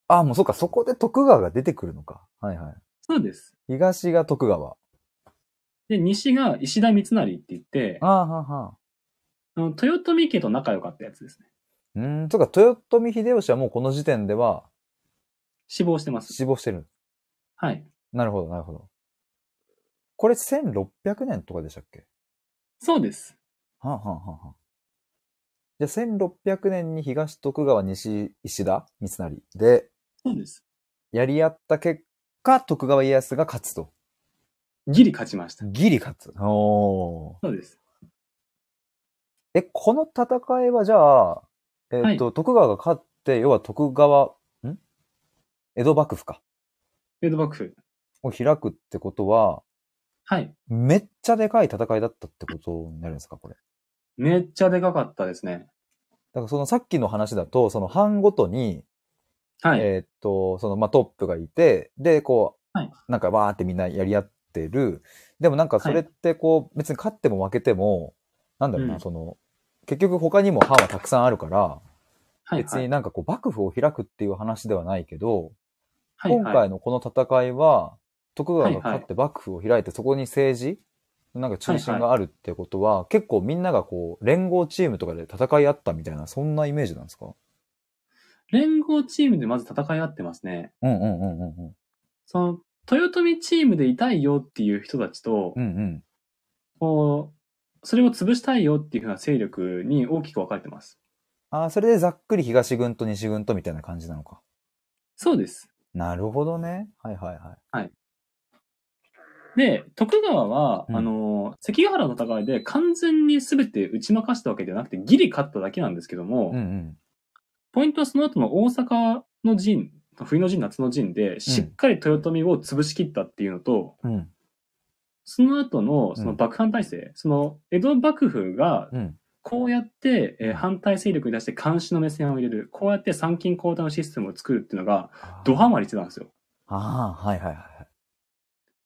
あ、もうそっか、そこで徳川が出てくるのか。はいはい。そうです。東が徳川。で、西が石田三成って言ってあ、あはあはあ。あの豊臣家と仲良かったやつですね。うん、とか、豊臣秀吉はもうこの時点では死亡してます。死亡してる。はい。なるほど、なるほど。これ1600年とかでしたっけそうです。はあ、はあはあはあ、じゃあ1600年に東徳川西石田三成でそうです。やり合った結果、徳川家康が勝つと。ギリ勝ちました。ギリ勝つ。おーそうです。え、この戦いはじゃあ、えっ、と、徳川が勝って、要は徳川、ん江戸幕府か。江戸幕府。を開くってことは、はい。めっちゃでかい戦いだったってことになるんですか、これ。めっちゃでかかったですね。だからそのさっきの話だと、その藩ごとに、はい。えーっと、そのまあトップがいて、で、こう、はいなんかわーってみんなやり合ってる。でもなんかそれってこう、別に勝っても負けても、なんだろうな、うんその、結局他にも藩はたくさんあるから、はい、別はにい。なんかこう幕府を開くっていう話ではないけど、はい、今はい。回のこの戦いは、徳川が勝って幕府を開いて、そこに政治のなんか中心があるってことは、結構みんながこう、連合チームとかで戦い合ったみたいな、そんなイメージなんですか連合チームでまず戦い合ってますね。うんうんうんうんうん。その、豊臣チームでいたいよっていう人たちと、うんうん。こう、それを潰したいよっていうふうな勢力に大きく分かれてます。ああ、それでざっくり東軍と西軍とみたいな感じなのか。そうです。なるほどね。はいはいはい。で、徳川は、うんあの、関ヶ原の戦いで完全に全て打ち負かしたわけではなくて、ギリ勝っただけなんですけども、うんうん。ポイントはその後の大阪の陣、冬の陣、夏の陣で、しっかり豊臣を潰しきったっていうのと、うんその後のその幕藩体制、その江戸幕府がうん。こうやって、えー反対勢力に対して監視の目線を入れる、こうやって参勤交代のシステムを作るっていうのが、ドハマりしてたんですよ。ああ、はいはいはい。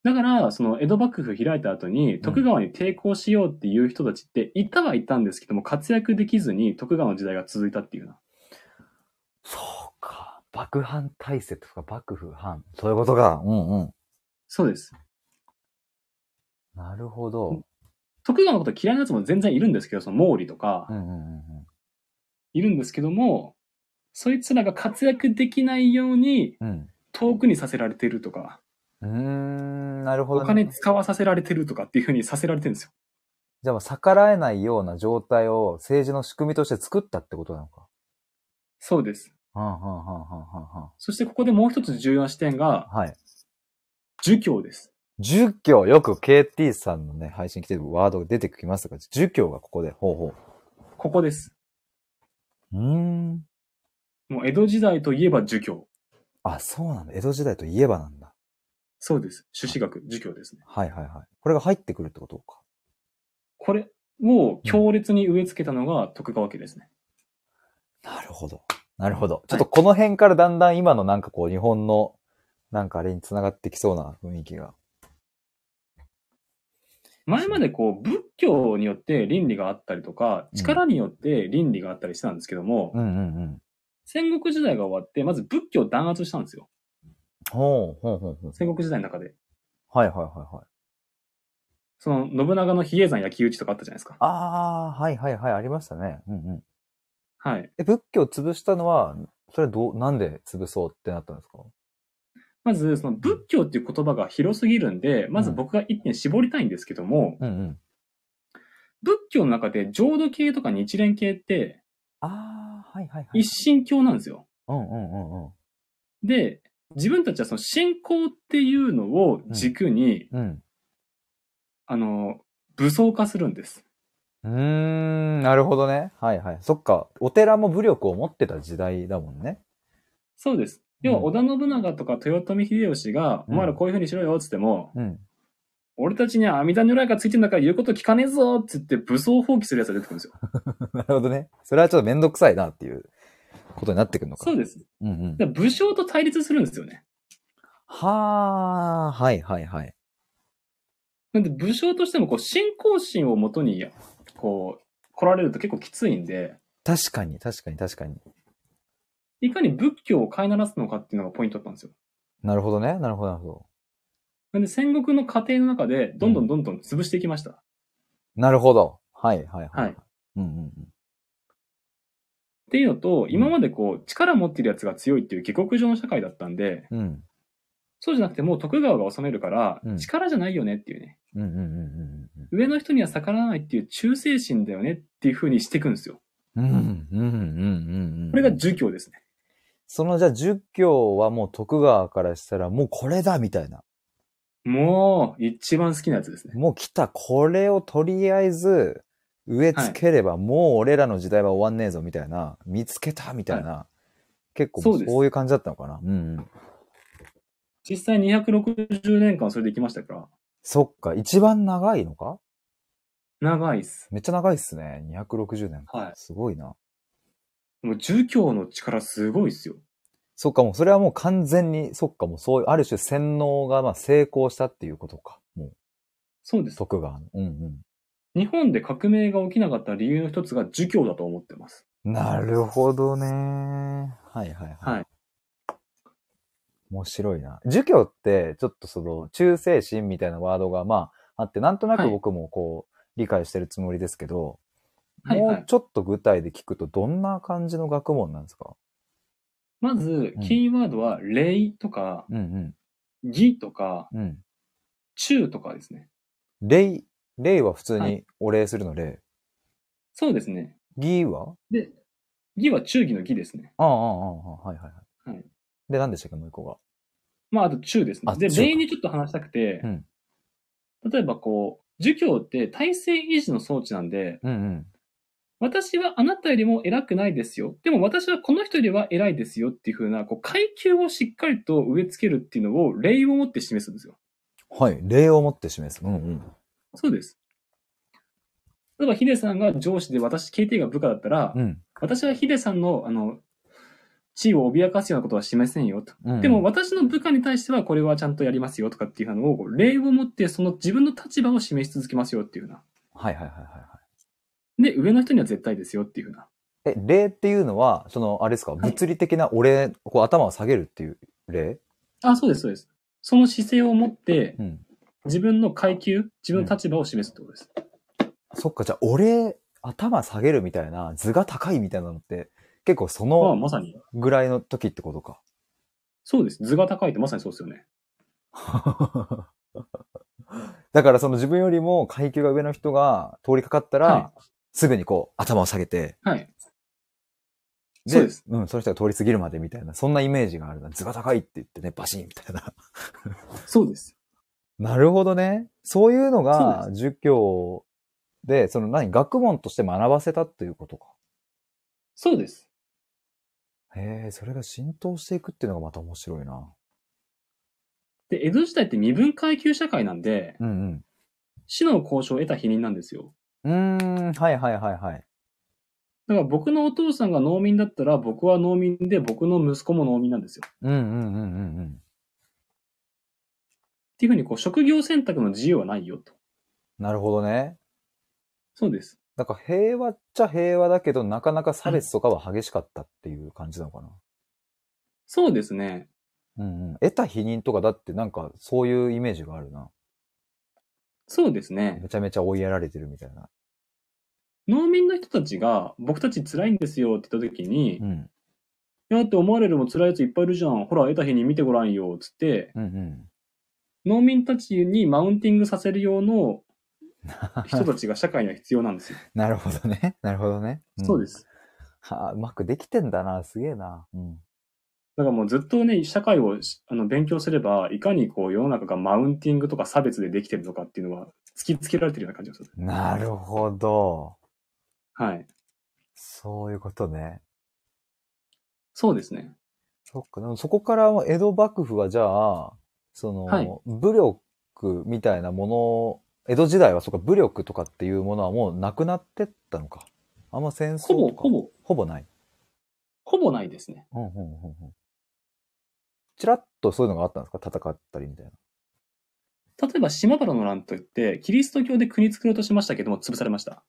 だから、その江戸幕府開いた後に、徳川に抵抗しようっていう人たちって、いたはいたんですけども、活躍できずに徳川の時代が続いたっていうような。そうか。幕藩体制とか幕府藩。そういうことか。うんうん。そうです。なるほど。徳川のこと嫌いなやつも全然いるんですけど、その毛利とかう、んうんうんうん。いるんですけども、そいつらが活躍できないように、うん。遠くにさせられてるとか、うーん、なるほおど、金使わさせられてるとかっていうふうにさせられてるんですよ。じゃあもう逆らえないような状態を政治の仕組みとして作ったってことなのか。そうです。はあ、はあはあはあはそしてここでもう一つ重要な視点が、あ、はい。儒教です。儒教、よく KT さんのね、配信来てるワードが出てきますが、儒教がここで、ほうほここです。う。うーん。もう江戸時代といえば儒教。あ、そうなんだ。江戸時代といえばなんだ。そうです。朱子学、儒教ですね。はいはいはい。これが入ってくるってことか。これを強烈に植え付けたのが徳川家ですね。なるほど。なるほど。ちょっとこの辺からだんだん今のなんかこう、日本の、なんかあれに繋がってきそうな雰囲気が。前までこう、仏教によって倫理があったりとか、うん力によって倫理があったりしてたんですけども、うんうんうん。戦国時代が終わって、まず仏教を弾圧したんですよ。ほう、ほうほうほう。戦国時代の中で。はいはいはいはい。その、信長の比叡山焼き討ちとかあったじゃないですか。ああ、はいはいはい、ありましたね。うんうん。はい。え、仏教を潰したのは、それはどう、なんで潰そうってなったんですかまず、その仏教っていう言葉が広すぎるんで、まずうん僕が一点絞りたいんですけども、うんうん。仏教の中で浄土系とか日蓮系ってああ、はいはいはい。一神教なんですよ。うんうんうんうん。で、自分たちはその信仰っていうのを軸に、うん。あの、武装化するんです。うーん、なるほどね。はいはい。そっか。お寺も武力を持ってた時代だもんね。そうです。要は、織田信長とか豊臣秀吉が、うんお前らこういう風にしろよ、つっても、うん。俺たちには阿弥陀如来がついてんだから言うこと聞かねえぞっつって武装放棄するやつが出てくるんですよ。なるほどね。それはちょっとめんどくさいなっていうことになってくるのか。そうです。うんうん。で武将と対立するんですよね。はあ、はいはいはい。なんで武将としてもこう信仰心をもとに、こう、来られると結構きついんで、確かに確かに確かに。いかに仏教を飼いならすのかっていうのがポイントだったんですよ。なるほどね。なるほどなるほど。なんで戦国の過程の中で、どんどんどんどん潰していきました。なるほど。はいはいはい。はいうんうんうん。っていうのと、今までこう、力持ってるやつが強いっていう下克上の社会だったんで、うん。そうじゃなくてもう徳川が治めるからうん、力じゃないよねっていうね、うんうんうん上の人には逆らわないっていう忠誠心だよねっていう風にしていくんですよ。うんうん。うんうんうんうん。これが儒教ですね。そのじゃあ儒教はもう徳川からしたらもうこれだみたいな。もう、一番好きなやつですね。もう来た、これをとりあえず植え付ければ、もう俺らの時代は終わんねえぞみたいな、見つけたみたいな、結構そうですそういう感じだったのかな。うんうん。実際260年間それで行きましたから、そっか、一番長いのか長いっす。めっちゃ長いっすね。260年。はいすごいな。もう儒教の力すごいっすよ。そっか、もうそれはもう完全に、そっか、もうそういう、ある種洗脳がまあ成功したっていうことか。もう、そうです。徳川の。うんうん。日本で革命が起きなかった理由の一つが儒教だと思ってます。なるほどね。はいはいはい。はい面白いな。儒教って、ちょっとその、忠誠心みたいなワードが、まあ、あって、なんとなくはい僕もこう、理解してるつもりですけど、はいはいもうちょっと具体で聞くと、どんな感じの学問なんですかまず、キーワードは、礼とか、うん義とか、うん。うん。忠とかですね。礼、礼は普通はにお礼するの礼。そうですね。義はで、義は忠義の義ですね。ああ、ああ、ああはいはいはい。はいで、何でしたっけ、もう一個が。まあ、あと忠ですあね。で、忠か礼にちょっと話したくて、うん例えばこう、儒教って体制維持の装置なんで、うんうん。私はあなたよりも偉くないですよ。でも私はこの人よりは偉いですよっていう風な、こう、階級をしっかりと植え付けるっていうのを、礼をもって示すんですよ。はい。礼をもって示す。うんうん。そうです。例えば、ヒデさんが上司で私、KT が部下だったら、うん私はヒデさんの、あの、地位を脅かすようなことはしませんよと。うん。でも、私の部下に対してはこれはちゃんとやりますよとかっていうのを、こう礼をもってその自分の立場を示し続けますよっていうふうな。はいはいはいはいはい。で、上の人には絶対ですよっていうふうな。え、礼っていうのは、その、あれですか、い物理的なお礼、こう頭を下げるっていう礼あ、そうです、そうです。その姿勢を持って、うん。自分の階級、自分の立場を示すってことです。そっか、じゃあ、お礼、頭下げるみたいな、図が高いみたいなのって、結構そまあ、のまさに。ぐらいの時ってことか。そうです。図が高いってまさにそうですよね。だからその自分よりも階級が上の人が通りかかったら、はすぐにこう頭を下げて、はい。そうです。うん、その人が通り過ぎるまでみたいな、そんなイメージがあるな。図が高いって言ってね、バシーンみたいな。そうです。なるほどね。そういうのそが、儒教で、その何、学問として学ばせたっていうことか。そうです。へえ、それが浸透していくっていうのがまた面白いな。で、江戸時代って身分階級社会なんで、うん死の交渉を得た否認なんですよ。うん。うーん、はいはいはいはい。だから僕のお父さんが農民だったら僕は農民で僕の息子も農民なんですよ。っうんうんうんうんうん。ていうふうにこう職業選択の自由はないよと。なるほどね。そうです。なんか平和っちゃ平和だけど、なかなか差別とかは激しかったっていう感じなのかな。そうですね。うんうん。得た否認とかだってなんかそういうイメージがあるな。そうですね。めちゃめちゃ追いやられてるみたいな。農民の人たちが、僕たち辛いんですよって言った時に、うん。いやだって思われるも辛いやついっぱいいるじゃん。ほら、得た日に見てごらんよ。つって、うんうん。農民たちにマウンティングさせる用の人たちが社会には必要なんですよ。 [laughs] なるほどね。なるほどね。。そうですす。はあ、うまくできてんだな。すげえな。うん。だからもうずっとね、社会をしあの勉強すれば、いかにこう世の中がマウンティングとか差別でできてるのかっていうのは突きつけられてるような感じがする。なるほど。はい。そういうことね。そうですね。そっか。でもそこから江戸幕府はじゃあ、その、はい武力みたいなものを、江戸時代はそっか、武力とかっていうものはもうなくなってったのか。あんま戦争ほぼ、とかほぼ、ほぼない。ほぼないですね。うんうんうんうん。ちらっとそういうのがあったんですか戦ったりみたいな。例えば島原の乱といって、キリスト教で国作ろうとしましたけども、潰されました。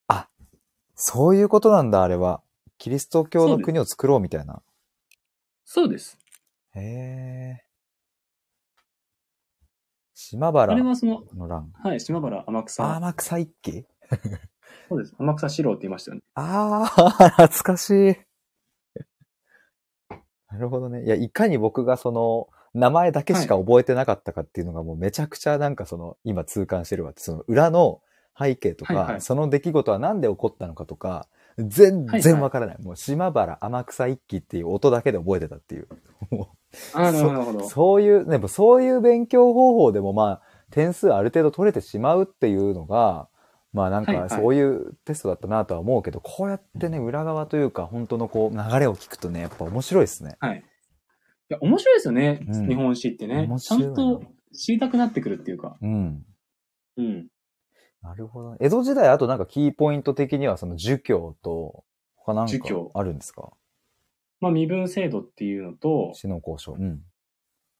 そういうことなんだ、あれは。キリスト教そのうです国を作ろうみたいな。そうです。へえ。島あ原れのはその、乱。はい、島原天草。天草一揆そうです。天草四郎って言いましたよね。ああ、懐かしい。 [laughs] なるほどね。いや、いかに僕がその、名前だけしか覚えてなかったかっていうのがもうめちゃくちゃなんかその、今痛感してるわって、その裏の背景とか、はいはいその出来事は何で起こったのかとか、全はいは然いわからない。もう島原天草一揆っていう音だけで覚えてたっていう。もああ、なるそほどなるほどう。そういう、でもそういう勉強方法でもまあ、点数ある程度取れてしまうっていうのが、まあなんはいはかいそういうテストだったなとは思うけど、こうやってね、裏側というか、本当のこう、流れを聞くとね、やっぱ面白いですね。はい。いや、面白いですよね。うん日本史ってね面。ち白ゃいなんと知りたくなってくるっていうか。うん。うん。なるほど。江戸時代、あとなんかキーポイント的には、その儒教と、他なんか儒教あるんですかまあ、身分制度っていうのと、死の交渉。うん。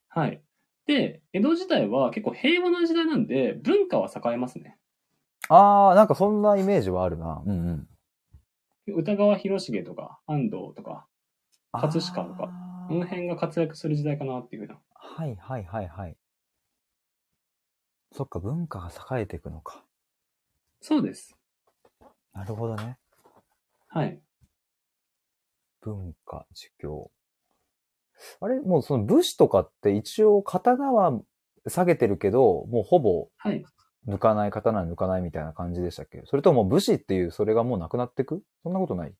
はい。で、江戸時代は結構平和な時代なんで、文化は栄えますね。あー、なんかそんなイメージはあるな。うんうん。歌川広重とか、安藤とか、葛飾とかあーこの辺が活躍する時代かなっていうふうな。はいはいはいはい。そっか、文化が栄えていくのか。そうです。なるほどね。はい。文化、儒教。あれもうその武士とかって一応刀は下げてるけど、もうほぼはい。抜かない、刀は抜かないみたいな感じでしたっけそれとも武士っていう、それがもうなくなってくそんなことない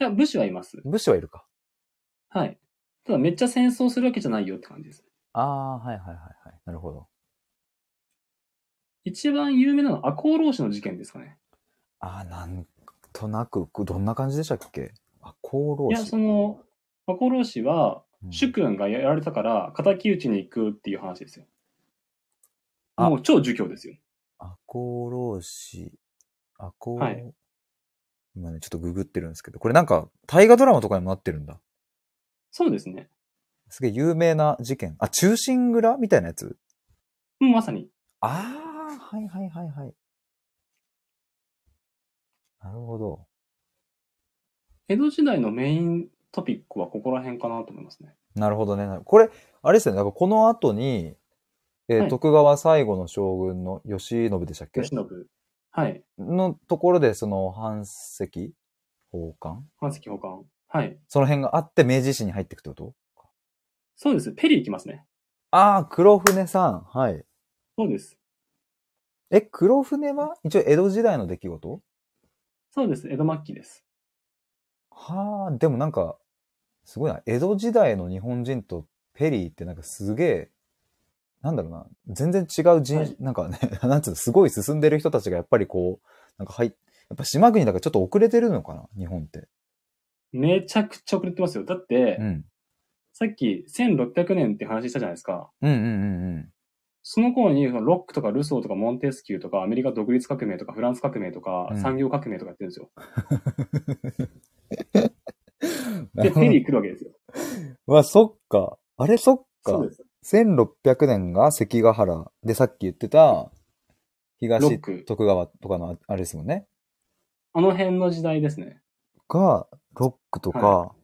じゃあ、武士はいます。武士はいるか。はい。ただ、めっちゃ戦争するわけじゃないよって感じです。ああ、はいはいはいはい。なるほど。一番有名なのは赤穂浪士の事件ですかね。ああ、なんとなく、どんな感じでしたっけあ、功労い士。や、その、赤穂浪士は、うん主君がやられたから、敵討ちに行くっていう話ですよ。あもう超儒教ですよ。赤穂浪士、赤穂、はい今ね、ちょっとググってるんですけど、これなんか、大河ドラマとかにもなってるんだ。そうですね。すげえ有名な事件。あ、忠臣蔵みたいなやつうん、まさに。ああ、はいはいはいはい。なるほど。江戸時代のメイントピックはここら辺かなと思いますね。なるほどね。これ、あれですよね。だからこの後に、えーはい徳川最後の将軍の慶喜でしたっけ慶喜。はい。のところで、その、反石奉還関石保管。はい。その辺があって、明治維新に入っていくってことそうです。ペリー行きますね。ああ、黒船さん。はい。そうです。え、黒船は一応江戸時代の出来事そうです。江戸末期です。はあ、でもなんか、すごいな。江戸時代の日本人とペリーってなんかすげえ、なんだろうな。全然違う人、はいなんかね、 [laughs] なんつうの、すごい進んでる人たちがやっぱりこう、なんか入っやっぱ島国だからちょっと遅れてるのかな日本って。めちゃくちゃ遅れてますよ。だって、うん。さっき1600年って話したじゃないですか。うんうんうんうん。その頃にそのロックとかルソーとかモンテスキューとかアメリカ独立革命とかフランス革命とかうん産業革命とかやって [laughs] るんですよ。なで、るほペどリー来るわけですよ。 [laughs] うわ、そっか。あれ、そっかそう。です。 1600年が関ヶ原でさっき言ってた、ロ東ック徳川とかのああれですもんね。あの辺の時代ですね。が、ロックとか、はは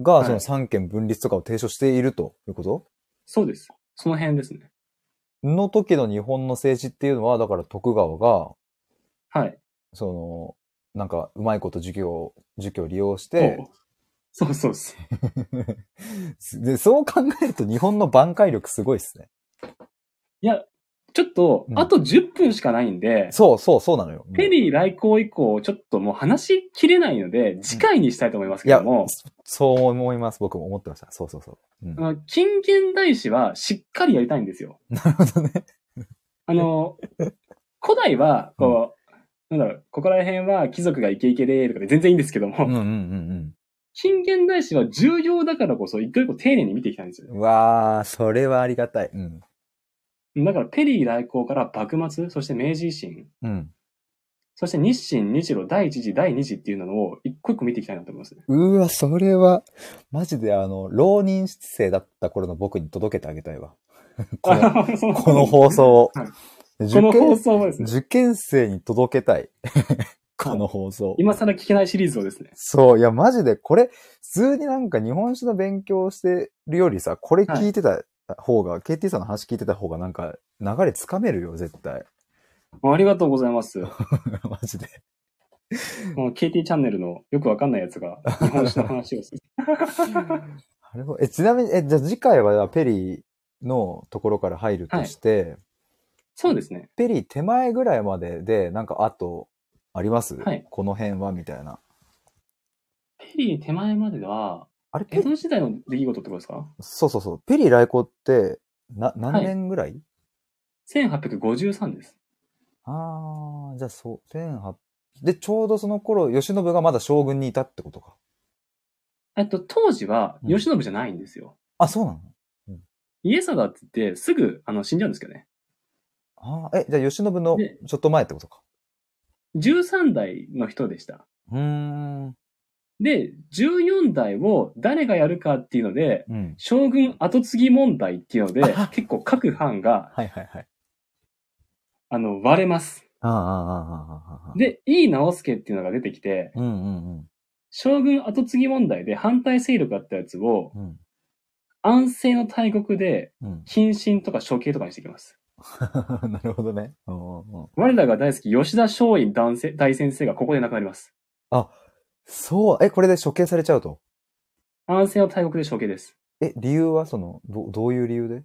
が、いその三権分立とかを提唱しているということ、そうです。その辺ですね。の時の日本の政治っていうのは、だから徳川が、はい。その、なんか、うまいこと儒教を、儒教を利用しそてう、そうそうで [laughs] す。で、そう考えると日本の挽回力すごいっすね。いや、ちょっとう、んあと10分しかないんで、そうそう、そうなのよ。うんペリー来航以降、ちょっともう話しきれないので、次回にしたいと思いますいけやども、、そう思います。僕も思ってました。そうそうそう。うん、あなの近現代史はしっかりやりたいんで [laughs] すよ。るほどね。あの、古代は、こう、なんだろう、ここら辺は貴族がイケイケで、とかで全然いいんですけども、うんうんうん近現代史は重要だからこそ、一個一個丁寧に見ていきたいんですよう。ん。わー、それはありがたい。うん。だから、ペリー来航から幕末、そして明治維新、うん。そして日清、日露、第一次、第二次っていうのを一個一個見ていきたいなと思いますね。うわ、それは、マジであの、浪人生だった頃の僕に届けてあげたいわ。この [laughs] そうこの放送をはい。受この放験、送はですね、受験生に届けたい。 [laughs] この放送。今更聞けないシリーズをですね、そう、いや、マジで、これ、普通になんか日本史の勉強をしてるよりさ、これ聞いてた方が、KT さんの話聞いてた方が、なんか、流れつかめるよ、絶対。 [laughs] ありがとうございます。 [laughs] こマジで。の KT チャンネルのよくわかんないやつが日本史の話をする。あれはえ、ちなみに、え、じゃあ次回は、ペリーのところから入るとして、そうですね。ペリー手前ぐらいまでで、なんか、あと、あります、はいこの辺は、みたいな。ペリー手前までは、あれ、ペ江リー、戸時代の出来事ってことですかそうそうそう。ペリー来航って、な、何年ぐらい、 ?1853 です。あー、じゃあ、そう、1800。で、ちょうどその頃、慶喜がまだ将軍にいたってことか。えっと、当時は、うん慶喜じゃないんですよ。あ、そうなの家定って言って、すぐ、あの、死んじゃうんですけどね。ああ、え、じゃあ、慶喜のでちょっと前ってことか。 13代の人でした。うーん。で、14代を誰がやるかっていうので、うん。将軍後継ぎ問題っていう [laughs] のであは、結構各藩が、はいはいはい。あの、割れます。ああ、ああ、ああ、ああ。で、井伊直輔っていうのが出てきて、うんうん将軍後継ぎ問題で反対勢力だったやつを、うん。うん。安政の大国で、うん。 [laughs] 謹慎とか処刑とかにしてきます。なるほどね。うんうんうん我らが大好き、吉田松陰男性大先生がここで亡くなります。そう、え、これで処刑されちゃうと。安政の大国で処刑です。え、理由はその、ど、どういう理由で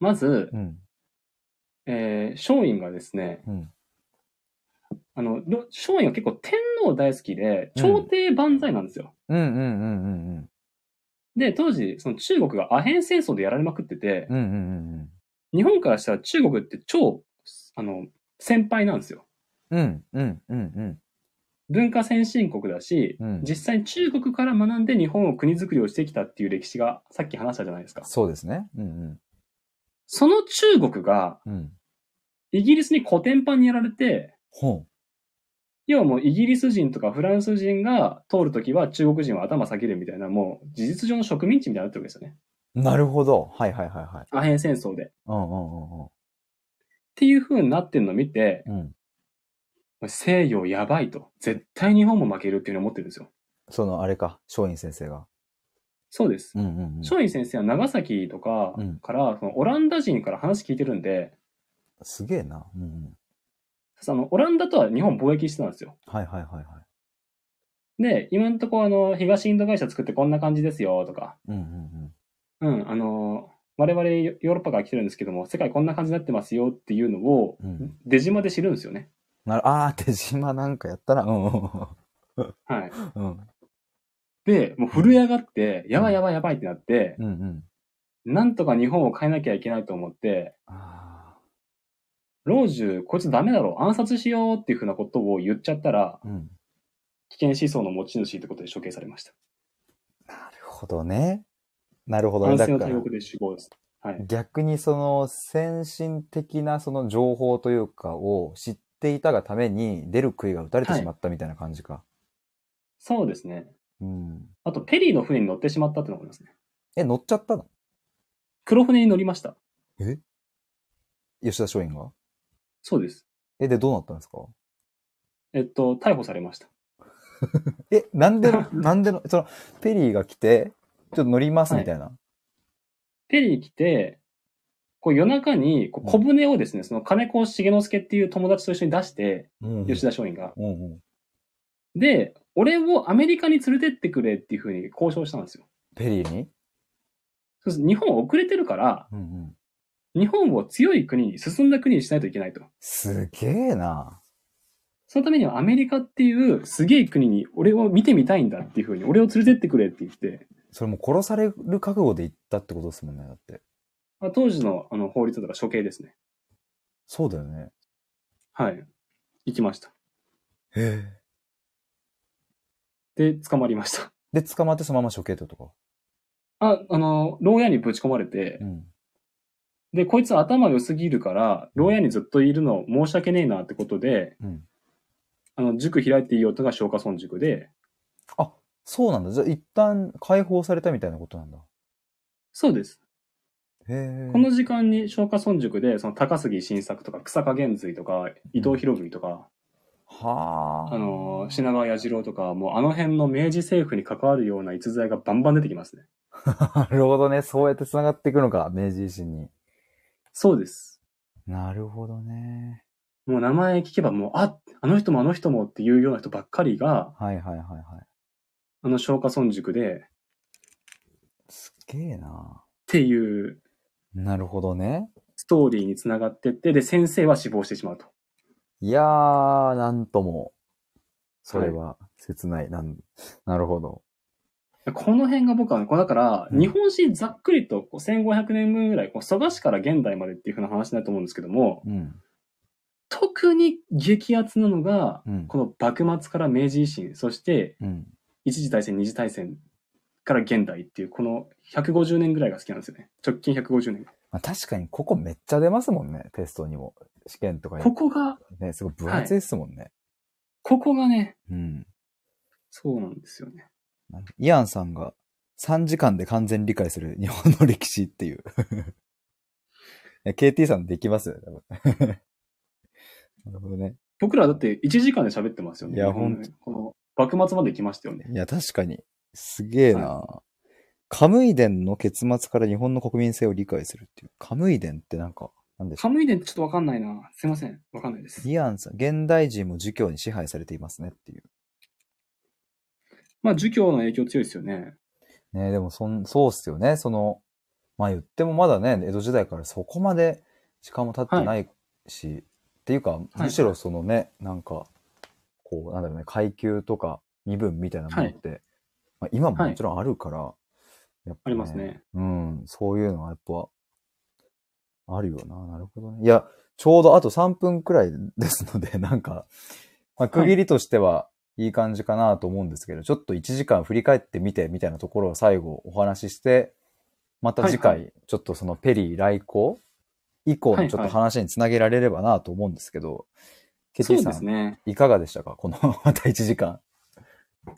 まず、うん。えー、松陰がですね、うん。あの、ろ松陰は結構天皇大好きで、うん朝廷万歳なんですよ。うんうんうんうんうん。で、当時、その中国がアヘン戦争でやられまくってて、うんうんうん日本からしたら中国って超、あの、先輩なんですよ。うん。うんうんうん文化先進国だし、うん。うん。実際に中国から学んで日本を国づくりをしてきたっていう歴史がさっき話したじゃないですか。そうですね。うんその中国がうん。うん。イギリスに古典版にやられて、ほ要はもうイギリス人とかフランス人が通るときは中国人は頭下げるみたいな、もう事実上の植民地みたいになってるわけですよね。う。なるほど。はいはいはいはい。アヘン戦争で。っうんうていう風になってるのを見て、んうんうん。うん。西洋やばいと。絶対日本も負けるっていうのを思ってるんですよ。その、あれか、松陰先生が。そうです。うんうんうん。松陰先生は長崎とかうんから、そのオランダ人から話聞いてるんで、すげえな。うんうん。そのオランダとは日本貿易してたんですよ。はいはいはいはい。で、今のところあの、東インド会社作ってこんな感じですよとか、うんうんうん、あの、我々ヨーロッパから来てるんですけども、世界こんな感じになってますよっていうのをうん。うん。出島で知るんですよね。なる、あー、手島なんかやったな。うんうんはい。うん。うんで、もう震え上がって、やばいやばいやばいってなって、うんうん。なんとか日本を変えなきゃいけないと思って、あ老中、こいつダメだろ、暗殺しようっていうふうなことを言っちゃったら、ー。うん。危険思想の持ち主ってことで処刑されました。なるほどね。なるほどね。安だ政かのら大、国で死亡です。はい。逆にその先進的なその情報というかを知っていたがために出る杭が打たれてはいしまったみたいな感じか。そうですね。うん。あと、ペリーの船に乗ってしまったってのもありますね。え、乗っちゃったの黒船に乗りました。吉田松陰がそうです。え、で、どうなったんですかえっと、逮捕されました。 [laughs] え、なんでの、なんでの、その、ペリーが来て、ちょっと乗りますみたいな。ペリー来て、こう夜中にこう小舟をですね、その金子重之助っていう友達と一緒に出して、うん吉田松陰が。うんうん。で、俺をアメリカに連れてってくれっていうふうに交渉したんですよ。ペリーにそうすると日本遅れてるから、うんうん。日本を強い国に、進んだ国にしないといけないと。すげえな。そのためにはアメリカっていうすげえ国に俺を見てみたいんだっていうふうに、俺を連れてってくれって言って、それもう殺される覚悟で行ったってことですもんね、だって。まあ、当時のあの法律だとか処刑ですね。そうだよね。はい。行きました。へえ。で、捕まりました。で、捕まってそのまま処刑ってことか。あ、あの、牢屋にぶち込まれて、うん。で、こいつ頭良すぎるから、牢屋にずっといるの申し訳ねえなってことで、うん。あの、塾開いていいよってのが昇華村塾で、そうなんだ。じゃあ一旦解放されたみたいなことなんだ。そうです。へえ。この時間に昇華村塾で、その高杉晋作とか草加玄瑞とか伊藤博文とか、はあ。あの、品川弥次郎とか、もうあの辺の明治政府に関わるような逸材がバンバン出てきますね。なるほどね。そうやって繋がっていくのか、明治維新に。そうです。なるほどね。もう名前聞けばもう、あ、あの人もあの人もっていうような人ばっかりが、はいはいはいはい。あの昇華村塾で、っすっげえな。ていうなるほどね。ストーリーにつながってって、で、先生は死亡してしまうと。いやー、なんとも。それは切ない。なんなるほど。この辺が僕はね、こうだから、うん日本史ざっくりとこう1500年分ぐらい、こう蘇我史から現代までっていう風な話だと思うんですけども、うん。特に激アツなのが、うん。この幕末から明治維新、そしてうん。一次大戦、二次大戦から現代っていう、この150年ぐらいが好きなんですよね。直近150年。まあ、確かにここめっちゃ出ますもんね。テストにも。試験とかにここが、ね。すごい分厚いですもんね。ここがね、うん。そうなんですよね。イアンさんが3時間で完全理解する日本の歴史っていう。 [laughs] いや KT さんできます [laughs] よ、多分なるほどね。僕らだって1時間で喋ってますよね。いや日本のねこの幕末まで来ましたよね。いや、確かに。すげえな、カムイ伝の結末から日本の国民性を理解するっていう。カムイ伝ってなんか、なんでしょカムイ伝ちょっとわかんないな。すいません。わかんないですう。。イアンさん、現代人も儒教に支配されていますねっていう。まあ、儒教の影響強いですよね。ねでもそん、そうっすよね。その、まあ言ってもまだね、江戸時代からそこまで時間も経ってないし、っていうか、むしろそのね、なんか、こう、なんだろうね、階級とか身分みたいなものって、まあ、今ももちろんあるから、やっぱありますね。うん、そういうのはやっぱ、あるよな。なるほどね。いや、ちょうどあと3分くらいですので、 [laughs] なんか、まあ、区切りとしてはいい感じかなと思うんですけど、ちょっと1時間振り返ってみてみたいなところを最後お話しして、また次はい回、ちょっとそのペリー来航以降のちょっはといはい話につなげられればなと思うんですけど、ケテそィうさでん、すね。いかがでしたかこの [laughs] また1時間。い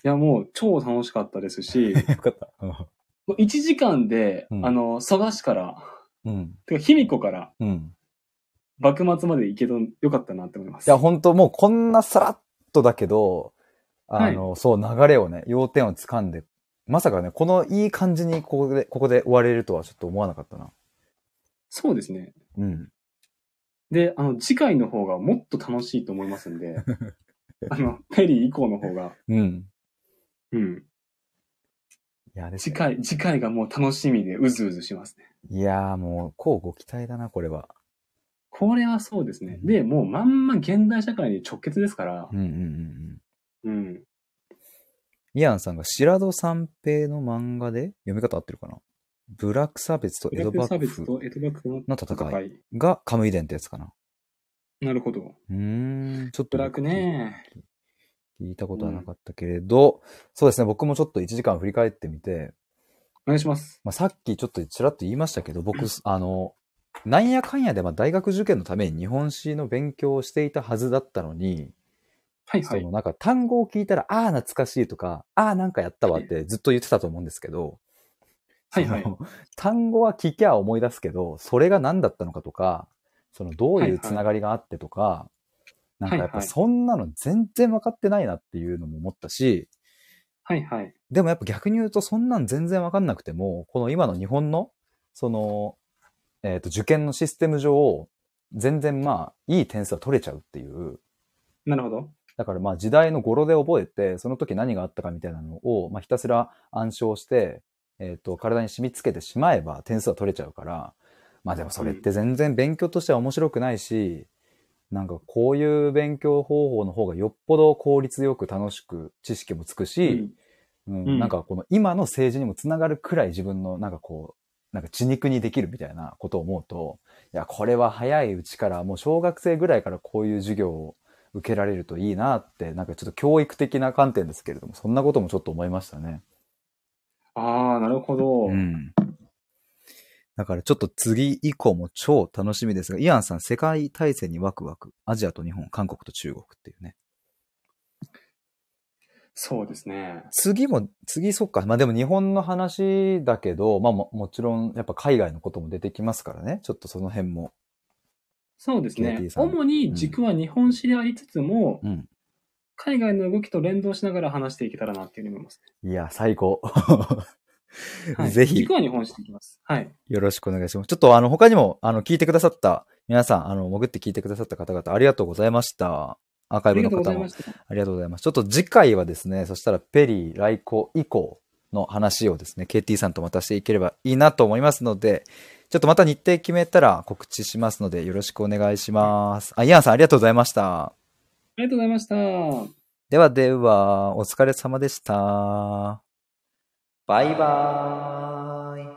や、もう超楽しかったで [laughs] すし、よかった。うもう1時間で、うんあの、蘇我市から、ん。てか、卑弥呼から、うん。幕末まで行けたよかったなって思います。いや、本当もうこんなさらっとだけど、あの、そう、流れをね、要点を掴んで、まさかね、このいい感じにここで、ここで終われるとはちょっと思わなかったな。そうですね。うん。で、あの、次回の方がもっと楽しいと思います [laughs] んで、あの、ペリー以降の方が、うん。うん。いや、です次ね回、次回がもう楽しみでうずうずしますね。いやーもう、こうご期待だな、これは。これはそうですね。で、もうまんま現代社会に直結ですからうん、うんうんうん。うん。イアンさんが白戸三平の漫画で、読み方合ってるかなブラック差別とブ江ラ戸ック差幕別府と江戸幕府のの戦戦いい。がカムイ伝ってやつかな。なるほど。うーん、ちょっと僕。ブラックね。聞いたことはなかったけれど、そうですね、僕もちょっと1時間振り返ってみて、お願いします。まあ、さっきちょっとちらっと言いましたけど、僕、あの、なんやかんやでまあ大学受験のために日本史の勉強をしていたはずだったのに、はいはそいの。なんか単語を聞いたら、ああ、懐かしいとか、ああ、なんかやったわってずっと言ってたと思うんですけど、はいはいその単語は聞きゃ思い出すけど、それが何だったのかとか、そのどうはいいはういつながりがあってとか、なんかやっはいぱはいそんなの全然分かってないなっていうのも思ったし、はいはい。でもやっぱ逆に言うとそんなん全然分かんなくても、この今の日本の、その、えっ、と、受験のシステム上、全然まあ、いい点数は取れちゃうっていう、なるほど。だからまあ時代の語呂で覚えて、その時何があったかみたいなのを、まあ、ひたすら暗唱して、えっ、と、体に染み付けてしまえば点数は取れちゃうから、まあでもそれって全然勉強としては面白くないし、なんかこういう勉強方法の方がよっぽど効率よく楽しく知識もつくし、うんうんなんかこの今の政治にもつながるくらい自分のなんかこう、なんか血肉にできるみたいなことを思うと、いや、これは早いうちから、もう小学生ぐらいからこういう授業を受けられるといいなって、なんかちょっと教育的な観点ですけれども、そんなこともちょっと思いましたね。ああ、なるほど。うん。だからちょっと次以降も超楽しみですが、イアンさん、世界大戦にワクワク、アジアと日本、韓国と中国っていうね。そうですね。次も、次そっか。まあでも日本の話だけど、まあももちろんやっぱ海外のことも出てきますからね。ちょっとその辺も。そうですね KT。さん主に軸は日本史でありつつも、うん。海外の動きと連動しながら話していけたらなっていうふうに思いますいや、最 [laughs] 高。ね。はい、ぜひ軸は日本史でいきます。はい。よろしくお願いします。ちょっとあの、他にも、あの、聞いてくださった、皆さん、あの、潜って聞いてくださった方々、ありがとうございました。アーカあイブりのがと方うございもま。した。ありがとうございます。ちょっと次回はですね、そしたらペリー来航以降の話をですね、KT さんとまたしていければいいなと思いますので、ちょっとまた日程決めたら告知しますので、よろしくお願いします。あ、イアンさんありがとうございました。ありがとうございました。ではでは、お疲れ様でした。バイバーイ。